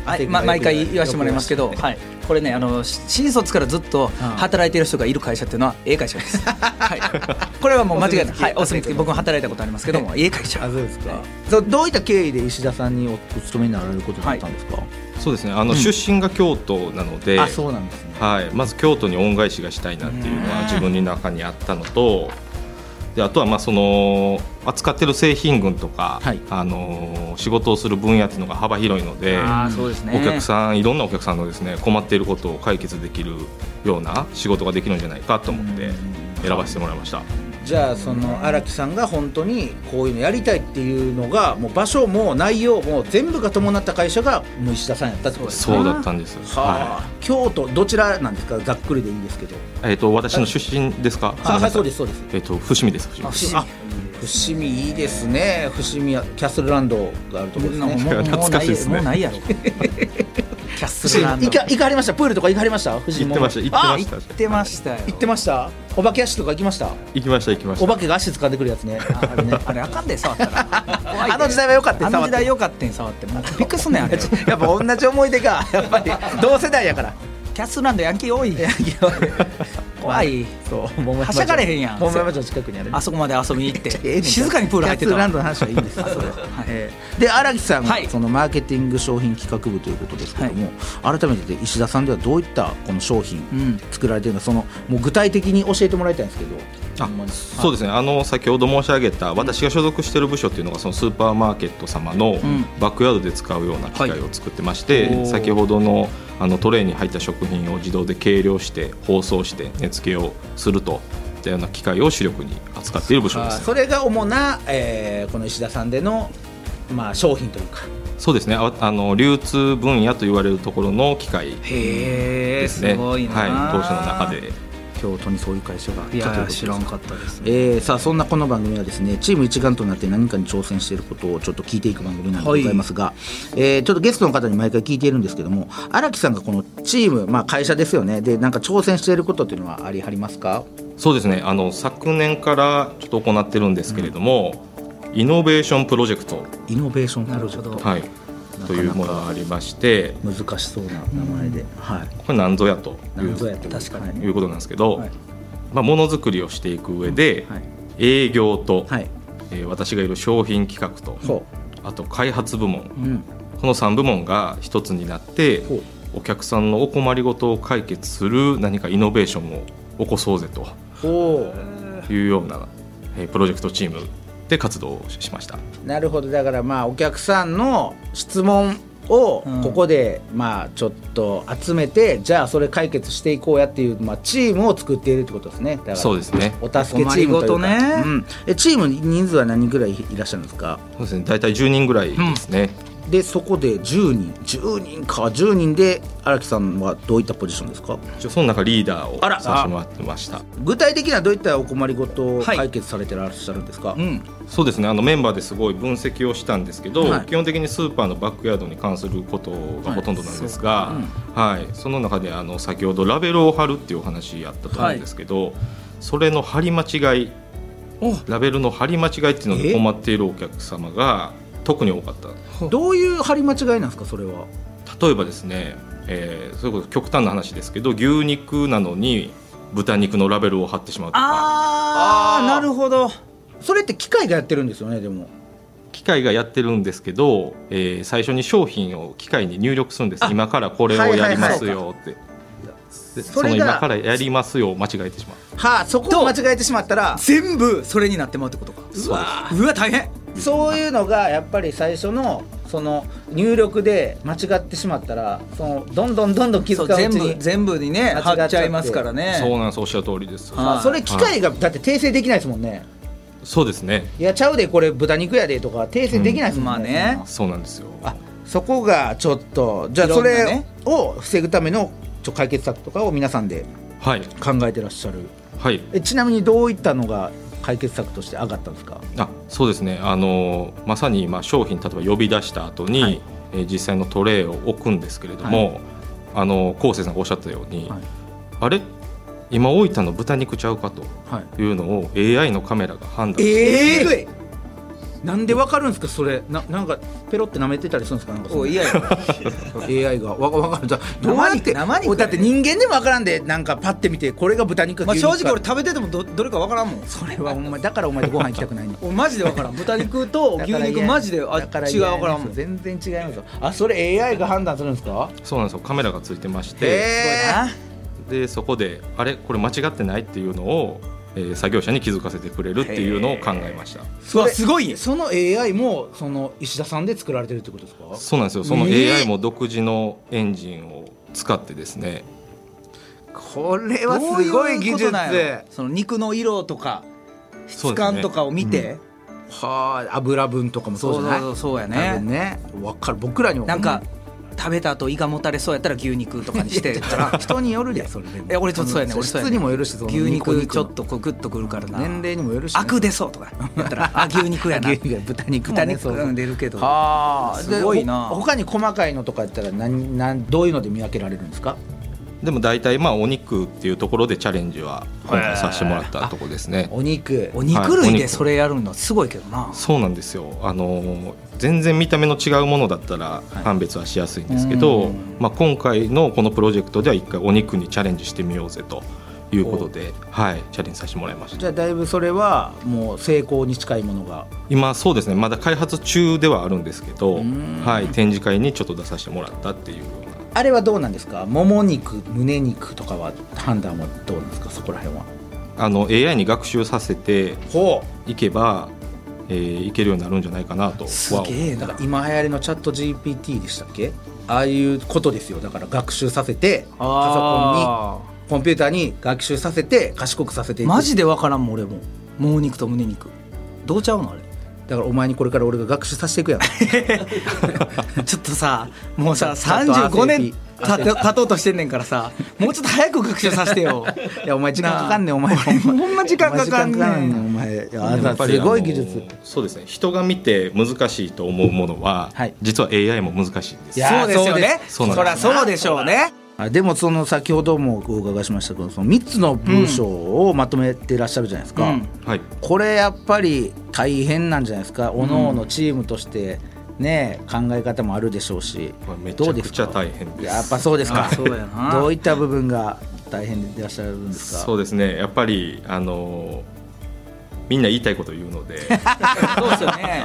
[SPEAKER 5] はい、ま、毎回言わせてもらいますけど、はい、これねあのし新卒からずっと働いてる人がいる会社っていうのは A 会社 [LAUGHS] です、はい、これはもう間違いない、はい、お墨付き僕も働いたことありますけども A 会社
[SPEAKER 1] あそうですか。そうどういった経緯で石田さんにおお勤めになられることになったんですか。
[SPEAKER 4] いそうですねあの、出身が京都なので
[SPEAKER 1] あそうなんですね。
[SPEAKER 4] はい、まず京都に恩返しがしたいなっていうのは自分の中にあったのとであとはまあその扱ってる製品群とか、
[SPEAKER 1] はい
[SPEAKER 4] あのー仕事をする分野っていうのが幅広いので、
[SPEAKER 5] ああそうですね
[SPEAKER 4] お客さんいろんなお客さんのですね困っていることを解決できるような仕事ができるんじゃないかと思って選ばせてもらいました。
[SPEAKER 1] じゃあその荒木さんが本当にこういうのやりたいっていうのがもう場所も内容も全部が伴った会社がもう石田さんやったってことですね。
[SPEAKER 4] そうだったんです、
[SPEAKER 1] はあ、
[SPEAKER 4] は
[SPEAKER 1] 京都どちらなんですかざっくりでいいんですけど。
[SPEAKER 4] いえー、と私の出身ですか、
[SPEAKER 1] あはいそうですすそうです。
[SPEAKER 4] えー、と伏見です伏見です
[SPEAKER 1] あ伏見いいです
[SPEAKER 4] [LAUGHS]
[SPEAKER 1] ね。伏見はキャッスルランドがあるところですね。
[SPEAKER 5] もうもう
[SPEAKER 4] 懐かしいですね
[SPEAKER 5] もうないやろ
[SPEAKER 1] するなイカイカありましたプールとかイカありました藤井
[SPEAKER 4] 行って
[SPEAKER 1] も
[SPEAKER 4] ました
[SPEAKER 2] あ
[SPEAKER 4] 行って
[SPEAKER 2] 行
[SPEAKER 4] ま
[SPEAKER 2] っ
[SPEAKER 4] した
[SPEAKER 2] てましたよ
[SPEAKER 1] 行ってましたお化け足とか行きました
[SPEAKER 4] 行きました行きまし
[SPEAKER 1] お
[SPEAKER 4] た
[SPEAKER 1] 化けが足掴んでくるやつね
[SPEAKER 2] ああれ
[SPEAKER 4] [LAUGHS]
[SPEAKER 2] ねあれあかんで触ったら怖い
[SPEAKER 1] [LAUGHS]
[SPEAKER 2] で
[SPEAKER 1] あの時代は良かった
[SPEAKER 2] あ
[SPEAKER 1] よ触
[SPEAKER 2] の
[SPEAKER 1] っ
[SPEAKER 2] 時
[SPEAKER 1] て
[SPEAKER 2] 代よかったん触ってもうびっくりすんねんあれキ
[SPEAKER 1] やっぱ同じ思い出がやっぱり同世代やから
[SPEAKER 2] ャスランドヤンキー多い怖い
[SPEAKER 1] そう桃山城
[SPEAKER 2] はしゃがれへんやん
[SPEAKER 1] 桃山城の近くにある
[SPEAKER 2] あそこまで遊びに行っ
[SPEAKER 1] ええね
[SPEAKER 2] て
[SPEAKER 1] ん
[SPEAKER 2] 静かにプール入って
[SPEAKER 5] キャッツラン
[SPEAKER 2] た
[SPEAKER 5] ドの話はいいんで
[SPEAKER 2] [LAUGHS]
[SPEAKER 5] すよ
[SPEAKER 2] はい
[SPEAKER 5] えーで荒木さんが
[SPEAKER 2] はい
[SPEAKER 5] そのマーケティング商品企画部ということですけども、改めて石田さんではどういったこの商品
[SPEAKER 2] うん
[SPEAKER 5] 作られてるのかそのもう具体的に教えてもらいたいんですけど
[SPEAKER 4] あそうですねあの先ほど申し上げた私が所属している部署っていうのがそのスーパーマーケット様の
[SPEAKER 2] ん
[SPEAKER 4] バックヤードで使うような機械を作ってまして、先ほどのあのトレーに入った食品を自動で計量して包装して値付けをするといったような機械を主力に扱っている部署
[SPEAKER 1] あ
[SPEAKER 4] で
[SPEAKER 1] ー
[SPEAKER 4] す
[SPEAKER 1] それが主な、えーこの石田さんでの、まあ、商品というか
[SPEAKER 4] そうですねああの流通分野と言われるところの機械
[SPEAKER 2] へえ
[SPEAKER 4] です
[SPEAKER 2] す
[SPEAKER 4] ね
[SPEAKER 2] ごいな
[SPEAKER 4] はい、当社の中で
[SPEAKER 5] 京都にそういう会社があったと
[SPEAKER 2] い
[SPEAKER 5] いうこと
[SPEAKER 2] や
[SPEAKER 5] です
[SPEAKER 2] 知らんかったですね
[SPEAKER 5] えーさあそんなこの番組はですねチーム一丸となって何かに挑戦していることをちょっと聞いていく番組なんでございますが、えーちょっとゲストの方に毎回聞いているんですけども荒木さんがこのチーム、まあ、会社ですよねでなんか挑戦していることっていうのはありはりますか
[SPEAKER 4] そうですねあの昨年からちょっと行ってるんですけれども、イノベーションプロジェクト、
[SPEAKER 5] イノベーションプロジェクト
[SPEAKER 4] はい、というものがありまして
[SPEAKER 5] 難しそうな名前で、はい
[SPEAKER 4] これ何ぞやとい
[SPEAKER 5] 何ぞや
[SPEAKER 4] う
[SPEAKER 5] ってこと
[SPEAKER 2] 確かに
[SPEAKER 5] はい
[SPEAKER 4] いうことなんですけど、
[SPEAKER 2] はい
[SPEAKER 4] まあ、ものづくりをしていく上で、
[SPEAKER 5] はい
[SPEAKER 4] 営業と、
[SPEAKER 5] はい
[SPEAKER 4] えー私がいる商品企画と
[SPEAKER 5] ほ
[SPEAKER 4] あと開発部門、
[SPEAKER 5] う、うん、
[SPEAKER 4] この3部門が一つになって
[SPEAKER 5] ほう
[SPEAKER 4] お客さんのお困りごとを解決する何かイノベーションを起こそうぜと
[SPEAKER 1] お
[SPEAKER 4] いうような、えープロジェクトチームで活動をしました。
[SPEAKER 1] なるほどだからまあお客さんの質問を
[SPEAKER 2] うん
[SPEAKER 1] ここで、まあちょっと集めてじゃあそれ解決していこうやっていう、まあ、チームを作っているってことですねだから
[SPEAKER 4] そうですね
[SPEAKER 1] お助けチームというか
[SPEAKER 2] お困りごとね
[SPEAKER 1] うん、
[SPEAKER 5] えチームに人数は何人ぐらいいらっしゃるんですか
[SPEAKER 4] そうですね大体10人ぐらいですね、
[SPEAKER 5] でそこで10人10人か10人で荒木さんはどういったポジションですか
[SPEAKER 4] 一応その中リーダーを
[SPEAKER 5] あら
[SPEAKER 4] させてもらってました
[SPEAKER 5] 具体的にはどういったお困りごとを
[SPEAKER 2] はい
[SPEAKER 5] 解決されてらっしゃるんですか、
[SPEAKER 2] うん
[SPEAKER 4] そうですねあのメンバーですごい分析をしたんですけど、
[SPEAKER 5] はい
[SPEAKER 4] 基本的にスーパーのバックヤードに関することがほとんどなんですが、はいその中であの先ほどラベルを貼るっていうお話あったと思うんですけど、それの貼り間違いラベルの貼り間違いっていうので困っているお客様が特に多かった
[SPEAKER 5] どういう貼り間違いなんですかそれは
[SPEAKER 4] 例えばですね、えー、それこそ極端な話ですけど牛肉なのに豚肉のラベルを貼ってしまうとか
[SPEAKER 2] ああなるほど
[SPEAKER 5] それって機械がやってるんですよねでも
[SPEAKER 4] 機械がやってるんですけど、えー最初に商品を機械に入力するんです今からこれをやりますよって、でそ
[SPEAKER 5] れ
[SPEAKER 4] の
[SPEAKER 5] が
[SPEAKER 4] 今からやりますよを間違えてしまう
[SPEAKER 1] はあそこを間違えてしまったら
[SPEAKER 2] 全部それになってまうってことかうわうわ大変
[SPEAKER 1] そういうのがやっぱり最初のその入力で間違ってしまったらそのどんどんどんどん気
[SPEAKER 2] そ
[SPEAKER 1] づ
[SPEAKER 2] う
[SPEAKER 1] かんう
[SPEAKER 2] 全
[SPEAKER 1] ち
[SPEAKER 2] 部
[SPEAKER 1] に
[SPEAKER 2] 全部にね
[SPEAKER 1] 間違っちゃって
[SPEAKER 2] 貼っちゃいますからね
[SPEAKER 4] そうなんですおっしゃる通りです
[SPEAKER 2] あ
[SPEAKER 1] あそれ機械がだって訂正できないですもんね
[SPEAKER 4] そうですね
[SPEAKER 1] いやちゃうでこれ豚肉やでとか訂正できないですもん
[SPEAKER 2] うんまあね
[SPEAKER 1] ね,、
[SPEAKER 4] そうなんですよ
[SPEAKER 1] あそこがちょっとじゃあ
[SPEAKER 2] いろ
[SPEAKER 1] そ
[SPEAKER 2] んなね
[SPEAKER 1] れを防ぐためのちょ解決策とかを皆さんで
[SPEAKER 4] はい
[SPEAKER 1] 考えてらっしゃる
[SPEAKER 4] はい
[SPEAKER 1] えちなみにどういったのが解決策として上がったんですか
[SPEAKER 4] あそうですねあのまさに今商品例えば呼び出した後に、えー実際のトレイを置くんですけれども、あの昴生さんがおっしゃったように、
[SPEAKER 5] はい
[SPEAKER 4] あれ今置いたの豚肉ちゃうかと
[SPEAKER 5] はい
[SPEAKER 4] いうのを AI のカメラが判断して
[SPEAKER 5] ええなんでわかるんですかそれななんかペロって舐めてたりするんですかなんかその
[SPEAKER 2] おいやいや
[SPEAKER 5] AI がわわかるじゃあどうや
[SPEAKER 2] 生
[SPEAKER 5] っ
[SPEAKER 2] 肉
[SPEAKER 5] て
[SPEAKER 2] 生
[SPEAKER 1] お
[SPEAKER 2] 肉
[SPEAKER 1] だって人間でもわからんでなんかパッて見てこれが豚肉か
[SPEAKER 2] まあ
[SPEAKER 1] 牛
[SPEAKER 2] 正
[SPEAKER 1] 肉か
[SPEAKER 2] 直俺食べててもどどれかわからんもん
[SPEAKER 1] それはお前だからお前とご飯行きたくない
[SPEAKER 2] [LAUGHS]
[SPEAKER 1] ね
[SPEAKER 2] 俺マジでわからん豚肉
[SPEAKER 5] [LAUGHS]
[SPEAKER 2] と牛肉マジであ
[SPEAKER 1] だから
[SPEAKER 2] 違
[SPEAKER 1] 嫌
[SPEAKER 2] う
[SPEAKER 1] やね
[SPEAKER 2] わからんもん
[SPEAKER 1] 全然違いますよあそれ AI が判断するんですか
[SPEAKER 4] そうなんですよカメラがついてまし
[SPEAKER 1] へ
[SPEAKER 4] てでそこであれこれ間違ってないっていうのを、えー作業者に気づかせてくれるっていうのを考えました
[SPEAKER 2] うわすごいね
[SPEAKER 1] その AI もその石田さんで作られてるってことですか
[SPEAKER 4] そうなんですよその
[SPEAKER 1] えー
[SPEAKER 4] AI も独自のエンジンを使ってですね、
[SPEAKER 1] これは
[SPEAKER 2] どうい
[SPEAKER 1] す
[SPEAKER 2] う
[SPEAKER 1] ごい技
[SPEAKER 2] こと
[SPEAKER 1] 術
[SPEAKER 2] なんやろその肉の色とか
[SPEAKER 4] そうですね
[SPEAKER 2] 質感とかを見て
[SPEAKER 1] はあ油分とかもそうじゃない
[SPEAKER 2] そうそうそうや
[SPEAKER 1] 多分
[SPEAKER 2] ね
[SPEAKER 1] ねわかる僕らにも
[SPEAKER 2] なんか
[SPEAKER 5] 食べた後胃がもたれそうやったら牛肉とかにして [LAUGHS] るから
[SPEAKER 1] 人によるでそれでも
[SPEAKER 5] え俺ちょっとそうやね俺
[SPEAKER 1] 素
[SPEAKER 5] そうや
[SPEAKER 1] 質
[SPEAKER 5] ね
[SPEAKER 1] にもよるしその
[SPEAKER 5] 牛肉ちょっ
[SPEAKER 1] と
[SPEAKER 5] とこうグッとくるからな
[SPEAKER 1] 年齢にもよるしね、
[SPEAKER 5] アク出そうとかやったらあ牛肉やな
[SPEAKER 1] [LAUGHS] 牛肉や豚肉も
[SPEAKER 5] 豚
[SPEAKER 1] ね
[SPEAKER 5] 肉うん出るけど
[SPEAKER 1] ああ
[SPEAKER 5] すごいな
[SPEAKER 1] 他に細かいのとかやったら何何どういうので見分けられるんですか
[SPEAKER 4] でも大体まあお肉っていうところでチャレンジは今回させてもらったとこですね。
[SPEAKER 1] お肉
[SPEAKER 5] お肉類でそれやるのはすごいけどな
[SPEAKER 4] そうなんですよあの全然見た目の違うものだったら判別はしやすいんですけど、
[SPEAKER 5] うん
[SPEAKER 4] まあ、今回のこのプロジェクトでは一回お肉にチャレンジしてみようぜということで、はい、チャレンジさせてもらいまし
[SPEAKER 1] じ
[SPEAKER 4] た
[SPEAKER 1] ゃあだいぶそれはもう成功に近いものが
[SPEAKER 4] 今そうですねまだ開発中ではあるんですけど、
[SPEAKER 1] ん
[SPEAKER 4] はい、展示会にちょっと出させてもらったっていうような
[SPEAKER 1] あれはどうなんですかもも肉胸肉とかは判断はどうなんですかそこら辺は
[SPEAKER 4] あの AI に学習させて
[SPEAKER 1] ほ
[SPEAKER 4] いけば、えーいけるようになるんじゃないかなと
[SPEAKER 5] す
[SPEAKER 4] は
[SPEAKER 5] げえ
[SPEAKER 1] だか
[SPEAKER 5] な
[SPEAKER 1] ら今流行りのチャット GPT でしたっけああいうことですよだから学習させてパソ
[SPEAKER 5] あ
[SPEAKER 1] コンにコンピューターに学習させて賢くさせてい
[SPEAKER 5] ー
[SPEAKER 1] く
[SPEAKER 5] マジでわからんもん俺ももも肉と胸肉どうちゃうのあれ
[SPEAKER 1] [LAUGHS] だからお前にこれから俺が学習させていくや
[SPEAKER 5] [LAUGHS]
[SPEAKER 1] ん
[SPEAKER 5] ちょっとさ [LAUGHS] もうさ
[SPEAKER 1] ちょっと
[SPEAKER 5] 35年
[SPEAKER 1] 汗
[SPEAKER 5] た
[SPEAKER 1] び
[SPEAKER 5] 経とうとしてんねんからさもうちょっと早く学習させてよ
[SPEAKER 1] [LAUGHS] いやお前時間かかんねんお前ほ
[SPEAKER 5] ほんま時間かかん
[SPEAKER 1] お前時間か
[SPEAKER 5] ねん
[SPEAKER 1] かんお前いやあなた
[SPEAKER 4] やっぱり
[SPEAKER 1] すごい
[SPEAKER 4] あの
[SPEAKER 1] 技術
[SPEAKER 4] そうですね人が見て難しいと思うものは、
[SPEAKER 1] はい
[SPEAKER 4] 実は AI も難しいんです
[SPEAKER 1] いやー
[SPEAKER 5] そうですよね
[SPEAKER 4] そ
[SPEAKER 5] そう
[SPEAKER 4] ですそう
[SPEAKER 5] り
[SPEAKER 4] なんです
[SPEAKER 5] ゃそうでしょうね
[SPEAKER 1] あでもその先ほどもお伺いしましたけどその3つの文章をまとめてらっしゃるじゃないですか、
[SPEAKER 5] うん
[SPEAKER 4] はい
[SPEAKER 1] これやっぱり大変なんじゃないですか、各々チームとしてね考え方もあるでしょうし
[SPEAKER 4] これめち
[SPEAKER 1] ど
[SPEAKER 4] ゃ
[SPEAKER 1] うで
[SPEAKER 4] く
[SPEAKER 1] す
[SPEAKER 4] ちゃ
[SPEAKER 1] か
[SPEAKER 4] 大変です
[SPEAKER 1] やっぱそうですか
[SPEAKER 5] あそうやな
[SPEAKER 1] どういった部分が大変でいらっしゃるんですか
[SPEAKER 4] そうですねやっぱりあのみんな言いたいこと言うので
[SPEAKER 5] そうですよ
[SPEAKER 1] [LAUGHS]
[SPEAKER 5] ね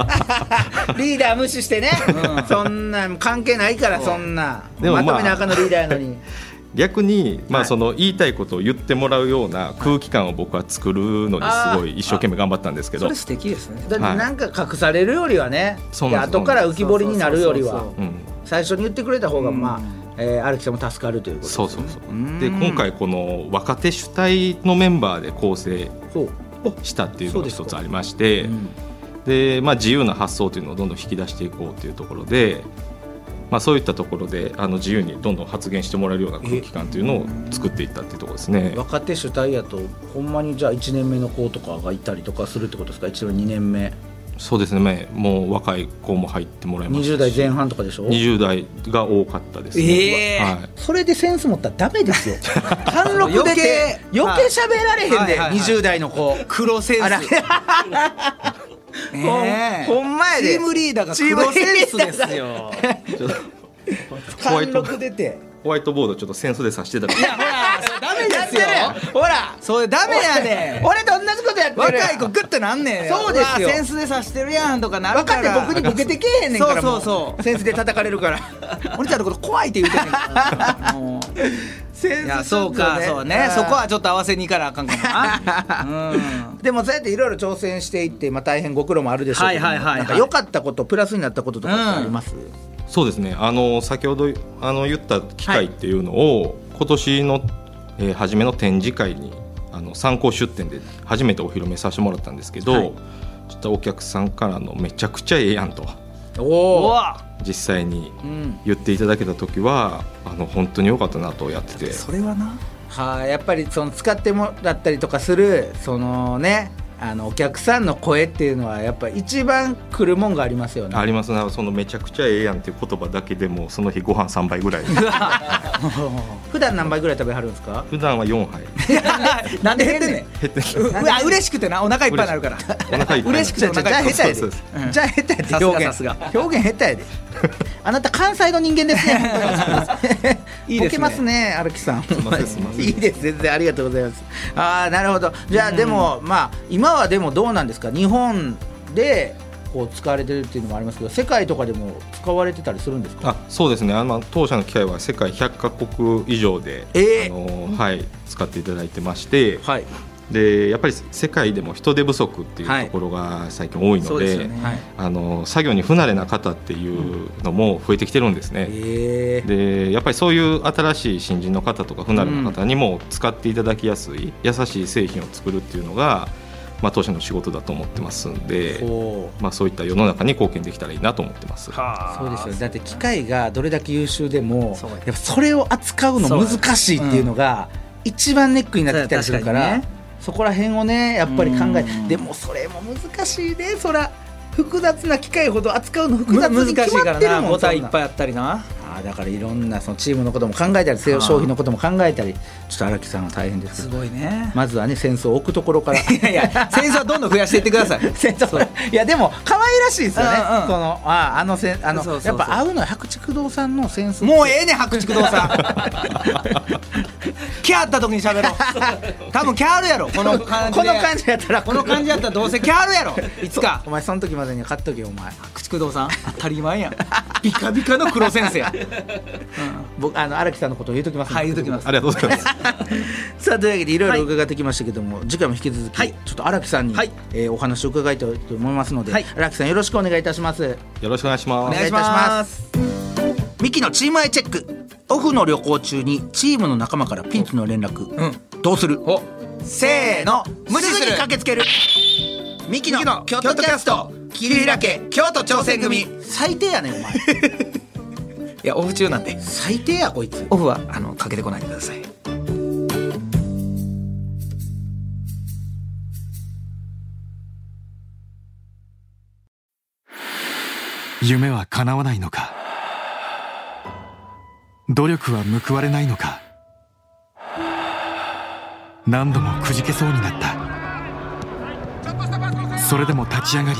[SPEAKER 1] リーダー無視してね、
[SPEAKER 5] うん
[SPEAKER 1] そんな関係ないからそんな
[SPEAKER 4] でもまあ
[SPEAKER 1] まとめなあかんのリーダーやのに
[SPEAKER 4] 逆に、ま
[SPEAKER 1] は
[SPEAKER 4] あ、
[SPEAKER 1] い
[SPEAKER 4] その言いたいことを言ってもらうような空気感を僕は作るのにすごい一生懸命頑張ったんですけ
[SPEAKER 5] そ
[SPEAKER 4] ど
[SPEAKER 5] れ、素敵ですね
[SPEAKER 1] だってなんか隠されるよりはね、
[SPEAKER 4] そう
[SPEAKER 1] で
[SPEAKER 4] なんです
[SPEAKER 1] 後から浮き彫りになるより
[SPEAKER 5] そうそう
[SPEAKER 1] は
[SPEAKER 5] そう
[SPEAKER 4] うん、
[SPEAKER 1] 最初に言ってくれた方がまあ、えー、歩きさんも助かるということです
[SPEAKER 4] そ
[SPEAKER 1] ね
[SPEAKER 4] うそうそう
[SPEAKER 1] うん
[SPEAKER 4] で今回この若手主体のメンバーで構成
[SPEAKER 1] そう
[SPEAKER 4] したっていうのが一つありまし
[SPEAKER 1] う
[SPEAKER 4] て、
[SPEAKER 1] ん
[SPEAKER 4] で、まあ、自由な発想というのをどんどん引き出していこうというところで、まあ、そういったところであの自由にどんどん発言してもらえるような空気感というのを作っていったっていうところですね。
[SPEAKER 1] 若手主体やとほんまにじゃあ1年目の子とかがいたりとかするってことですか1年目2年目
[SPEAKER 4] そうですね、まあもう若い子も入ってもらいましたし
[SPEAKER 1] 20代前半とかでしょ
[SPEAKER 4] 20代が多かったです
[SPEAKER 5] え
[SPEAKER 4] ね。
[SPEAKER 5] え
[SPEAKER 4] はい
[SPEAKER 1] それでセンス持ったらダメですよ [LAUGHS] 貫禄出て
[SPEAKER 5] 余計
[SPEAKER 1] 余計喋られへんで、
[SPEAKER 5] はいはいはい
[SPEAKER 1] 20代の子
[SPEAKER 5] 黒セ
[SPEAKER 2] [LAUGHS]
[SPEAKER 5] ン
[SPEAKER 1] あら
[SPEAKER 5] スねえ
[SPEAKER 1] ほんほんまやで
[SPEAKER 5] チームリーダーが黒センスですよ
[SPEAKER 4] ちょっとホワ
[SPEAKER 1] 貫
[SPEAKER 4] イト
[SPEAKER 1] 禄出て
[SPEAKER 4] ホワイトボードちょっとセンスでさしてたから
[SPEAKER 5] いやほらそれダメです
[SPEAKER 1] や
[SPEAKER 5] よ
[SPEAKER 1] ってるやんほら
[SPEAKER 5] それダメやで
[SPEAKER 1] 俺と同じことやってるやん
[SPEAKER 5] 若い子グッてなんねん
[SPEAKER 1] そうですよ
[SPEAKER 5] わセンスでさしてるやんとかなる
[SPEAKER 1] 若
[SPEAKER 5] か
[SPEAKER 1] 手
[SPEAKER 5] ら
[SPEAKER 1] 僕にボケてけえへんねん [LAUGHS] から
[SPEAKER 5] そうそうそう
[SPEAKER 1] センスで叩かれるから
[SPEAKER 5] お兄ちゃんのこと怖いって言うてん
[SPEAKER 1] [LAUGHS]
[SPEAKER 5] ねんからもう
[SPEAKER 1] センス
[SPEAKER 5] いやそうかそうねそこはちょっと合わせに行かなあかんかもなうん
[SPEAKER 1] でもそうやっていろいろ挑戦していって、まあ、大変ご苦労もあるでしょうけども
[SPEAKER 5] はいはいはいはい
[SPEAKER 1] なんか良かったことプラスになったこととかってあります、
[SPEAKER 4] そうですねあの先ほどあの言った機会っていうのを、今年の、えー初めの展示会にあの参考出展で初めてお披露目させてもらったんですけど、ちょっとお客さんからの「めちゃくちゃええやん」と
[SPEAKER 5] う
[SPEAKER 1] おお、
[SPEAKER 5] わ
[SPEAKER 4] 実際に
[SPEAKER 1] うん、
[SPEAKER 4] 言っていただけた時はあの本当に良かったなとやってて
[SPEAKER 5] それはな
[SPEAKER 1] はい、やっぱりその使ってもらったりとかするそのねあのお客さんの声っていうのはやっぱ一番来るもんがありますよね
[SPEAKER 4] ありますなその「めちゃくちゃええやん」っていう言葉だけでもその日ご飯3杯ぐらい
[SPEAKER 1] [LAUGHS] 普段何杯ぐらい食べはるんですか
[SPEAKER 4] 普段は4杯
[SPEAKER 5] なんで減ってんね
[SPEAKER 4] 減
[SPEAKER 5] ん
[SPEAKER 4] ってきて
[SPEAKER 5] うわ嬉しくてなお腹いっぱいになるから
[SPEAKER 4] お腹いっぱいになる
[SPEAKER 5] 嬉しくてお
[SPEAKER 1] じゃあ
[SPEAKER 5] 腹いっぱい
[SPEAKER 1] 下手やで
[SPEAKER 4] そうそう
[SPEAKER 5] そううん
[SPEAKER 1] じゃあ下手やで表現
[SPEAKER 5] さすがさす
[SPEAKER 1] 表現下手やであなた関西の人間ですね
[SPEAKER 5] いい
[SPEAKER 1] ボ
[SPEAKER 5] ですね
[SPEAKER 1] ケますね荒木さん
[SPEAKER 4] ませんすいません
[SPEAKER 1] いいです全然ありがとうございますああなるほどじゃあでも、まあ今はでもどうなんですか日本でこう使われてるっていうのもありますけど世界とかでも使われてたりするんですか
[SPEAKER 4] あそうですねあの当社の機械は世界100カ国以上で、
[SPEAKER 1] えー
[SPEAKER 4] あのはい、使っていただいてまして
[SPEAKER 1] はい
[SPEAKER 4] でやっぱり世界でも人手不足っていう
[SPEAKER 1] はい
[SPEAKER 4] ところが最近多いので,、
[SPEAKER 1] はい
[SPEAKER 4] あの作業に不慣れな方っていうのも増えてきてるんですね。
[SPEAKER 1] えー、
[SPEAKER 4] でやっぱりそういう新しい新人の方とか不慣れな方にも使っていただきやすい、優しい製品を作るっていうのがまあ、当社の仕事だと思ってますんで、
[SPEAKER 1] こう
[SPEAKER 4] まあ、そういった世の中に貢献できたらいいなと思ってます。
[SPEAKER 2] はあ
[SPEAKER 1] そうですよねだって機械がどれだけ優秀でも
[SPEAKER 2] そう
[SPEAKER 1] やっぱそれを扱うの難しいっていうのが一番ネックになってきたりするから、
[SPEAKER 2] そう確か
[SPEAKER 1] そこら辺をねやっぱり考え
[SPEAKER 2] うん
[SPEAKER 1] でもそれも難しいねそら複雑な機械ほど扱うの複雑
[SPEAKER 2] む
[SPEAKER 1] に
[SPEAKER 2] 難し
[SPEAKER 1] 決
[SPEAKER 2] いか
[SPEAKER 1] まってる
[SPEAKER 2] らな
[SPEAKER 1] もん
[SPEAKER 2] ボタン
[SPEAKER 1] そ
[SPEAKER 2] い
[SPEAKER 1] んな
[SPEAKER 2] っぱいあったりな
[SPEAKER 1] あーだからいろんなそのチームのことも考えたりせよ
[SPEAKER 2] はい
[SPEAKER 1] 商品のことも考えたりちょっと荒木さんは大変です
[SPEAKER 2] す
[SPEAKER 1] けど
[SPEAKER 2] ごいね
[SPEAKER 1] まずはね戦争を置くところから
[SPEAKER 2] いやいや戦争はどんどん増やしていってください
[SPEAKER 1] [LAUGHS] 戦
[SPEAKER 2] そう
[SPEAKER 1] 争いやでも可愛らしいですよね、
[SPEAKER 2] うんうん
[SPEAKER 1] このあーあのせんあの
[SPEAKER 2] そうそうそう
[SPEAKER 1] やっぱ合うのは白竹堂さんの戦争
[SPEAKER 2] もうええねん白竹堂さんキャーあった時に喋ろう多分キャーあるやろこの感じ
[SPEAKER 1] [LAUGHS] こ
[SPEAKER 2] で
[SPEAKER 1] の感じやったら
[SPEAKER 2] この感じやったらどうせキャーあるやろいつか
[SPEAKER 1] お前その時までには買っとけよお前
[SPEAKER 2] 白竹堂さん当たり前やん
[SPEAKER 5] [LAUGHS]
[SPEAKER 2] ビカビカの黒先生や、
[SPEAKER 1] 僕あの荒木さんのことを言うときますんで
[SPEAKER 2] はい言うときます
[SPEAKER 4] ありがとうございます。
[SPEAKER 1] [LAUGHS] さあというわけでいろいろ伺ってきましたけども、次回も引き続き、
[SPEAKER 2] はい
[SPEAKER 1] ちょっと荒木さんに、
[SPEAKER 2] はい
[SPEAKER 1] えーお話を伺いたいと思いますので、
[SPEAKER 2] はい
[SPEAKER 1] 荒木さんよろしくお願いいたします
[SPEAKER 4] よろしくお願いし
[SPEAKER 2] お
[SPEAKER 4] ます。
[SPEAKER 2] 願いし
[SPEAKER 1] お願いいたし
[SPEAKER 2] ま
[SPEAKER 1] ますミキのチームアイチェックオフの旅行中にチームの仲間からピンチの連絡、
[SPEAKER 2] う
[SPEAKER 1] どうする
[SPEAKER 2] おせーの無視
[SPEAKER 1] す
[SPEAKER 2] す
[SPEAKER 1] ぐ
[SPEAKER 2] る
[SPEAKER 1] に駆けつけるミキの
[SPEAKER 2] ミキの
[SPEAKER 1] 京都キャスト
[SPEAKER 2] 桐平家京都挑戦組い
[SPEAKER 1] 最低やねんお前
[SPEAKER 2] やオフ中なんで
[SPEAKER 1] 最低やこいつ
[SPEAKER 2] オフはあのかけてこないでください
[SPEAKER 6] 夢は叶わないのか努力は報われないのか何度もくじけそうになったそれでも立ち上がり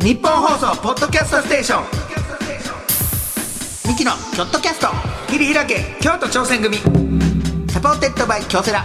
[SPEAKER 1] 日本放送ポッドキャストステーションミキのキョットキャスト
[SPEAKER 2] 桐平家京都挑戦組
[SPEAKER 1] サポーテッドバイ京セラ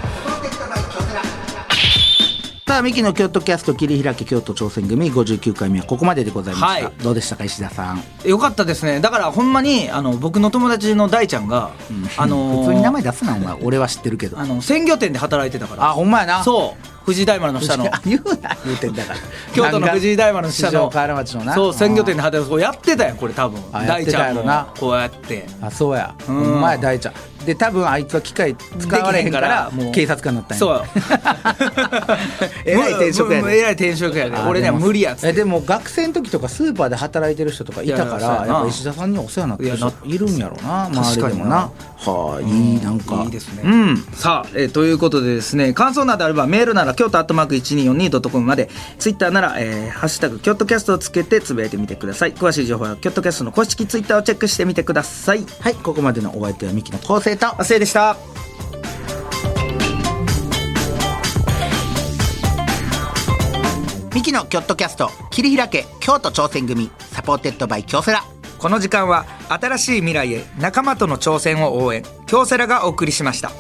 [SPEAKER 1] さあミキの京都キャスト切り開き京都挑戦組59回目はここまででございました、
[SPEAKER 2] はい
[SPEAKER 1] どうでしたか石田さん
[SPEAKER 2] よかったですねだからほんまにあの僕の友達の大ちゃんが、あのー
[SPEAKER 1] 普通に名前出すなお前俺は知ってるけど
[SPEAKER 2] あの鮮魚店で働いてたから
[SPEAKER 1] あほんまやな
[SPEAKER 2] そう藤井大丸の下の
[SPEAKER 1] あ [LAUGHS] 言うな言うてんだから
[SPEAKER 2] [LAUGHS] 京都の藤井大丸の下
[SPEAKER 1] 市場
[SPEAKER 2] の
[SPEAKER 1] 河原町のな
[SPEAKER 2] そう鮮魚店で働いてたそうやってたよこれ多分
[SPEAKER 1] あやっ
[SPEAKER 2] 大
[SPEAKER 1] て
[SPEAKER 2] ち
[SPEAKER 1] た
[SPEAKER 2] ゃ
[SPEAKER 1] や
[SPEAKER 2] ん
[SPEAKER 1] ろ
[SPEAKER 2] も
[SPEAKER 1] な
[SPEAKER 2] こうやって
[SPEAKER 1] あそうや
[SPEAKER 2] う
[SPEAKER 1] お
[SPEAKER 2] ん
[SPEAKER 1] 前大ちゃんで多分あいつは機械使われへんから
[SPEAKER 2] できへんからもう
[SPEAKER 1] 警察官になったんや
[SPEAKER 2] そう
[SPEAKER 1] [LAUGHS] えらい転職や
[SPEAKER 2] もうもう
[SPEAKER 1] ね
[SPEAKER 2] えらい転職やね俺には無理やっつ
[SPEAKER 1] え
[SPEAKER 2] って
[SPEAKER 1] でも学生の時とかスーパーで働いてる人とかいたか
[SPEAKER 2] いやいやそうや
[SPEAKER 1] ら
[SPEAKER 2] な
[SPEAKER 1] やっぱ石田さんにはお世話になってる
[SPEAKER 2] いや
[SPEAKER 1] 人いるんやろうな周りでもなはあ
[SPEAKER 2] うん
[SPEAKER 1] いいなんか
[SPEAKER 2] いいですね
[SPEAKER 1] うん
[SPEAKER 2] さあ、えーということでですね感想などあればメールなら京都アットマーク 1242.com までツイッターなら、えーハッシュタグ京都キャスト」をつけてつぶやいてみてください詳しい情報は京都キャストの公式ツイッターをチェックしてみてください
[SPEAKER 1] はいここまでのお相手はミキの昴生と
[SPEAKER 2] 亜生でした
[SPEAKER 1] ミキのキョットキャスト切り開け京都挑戦組サポーテッドバイ京セラ
[SPEAKER 2] この時間は新しい未来へ仲間との挑戦を応援京セラがお送りしました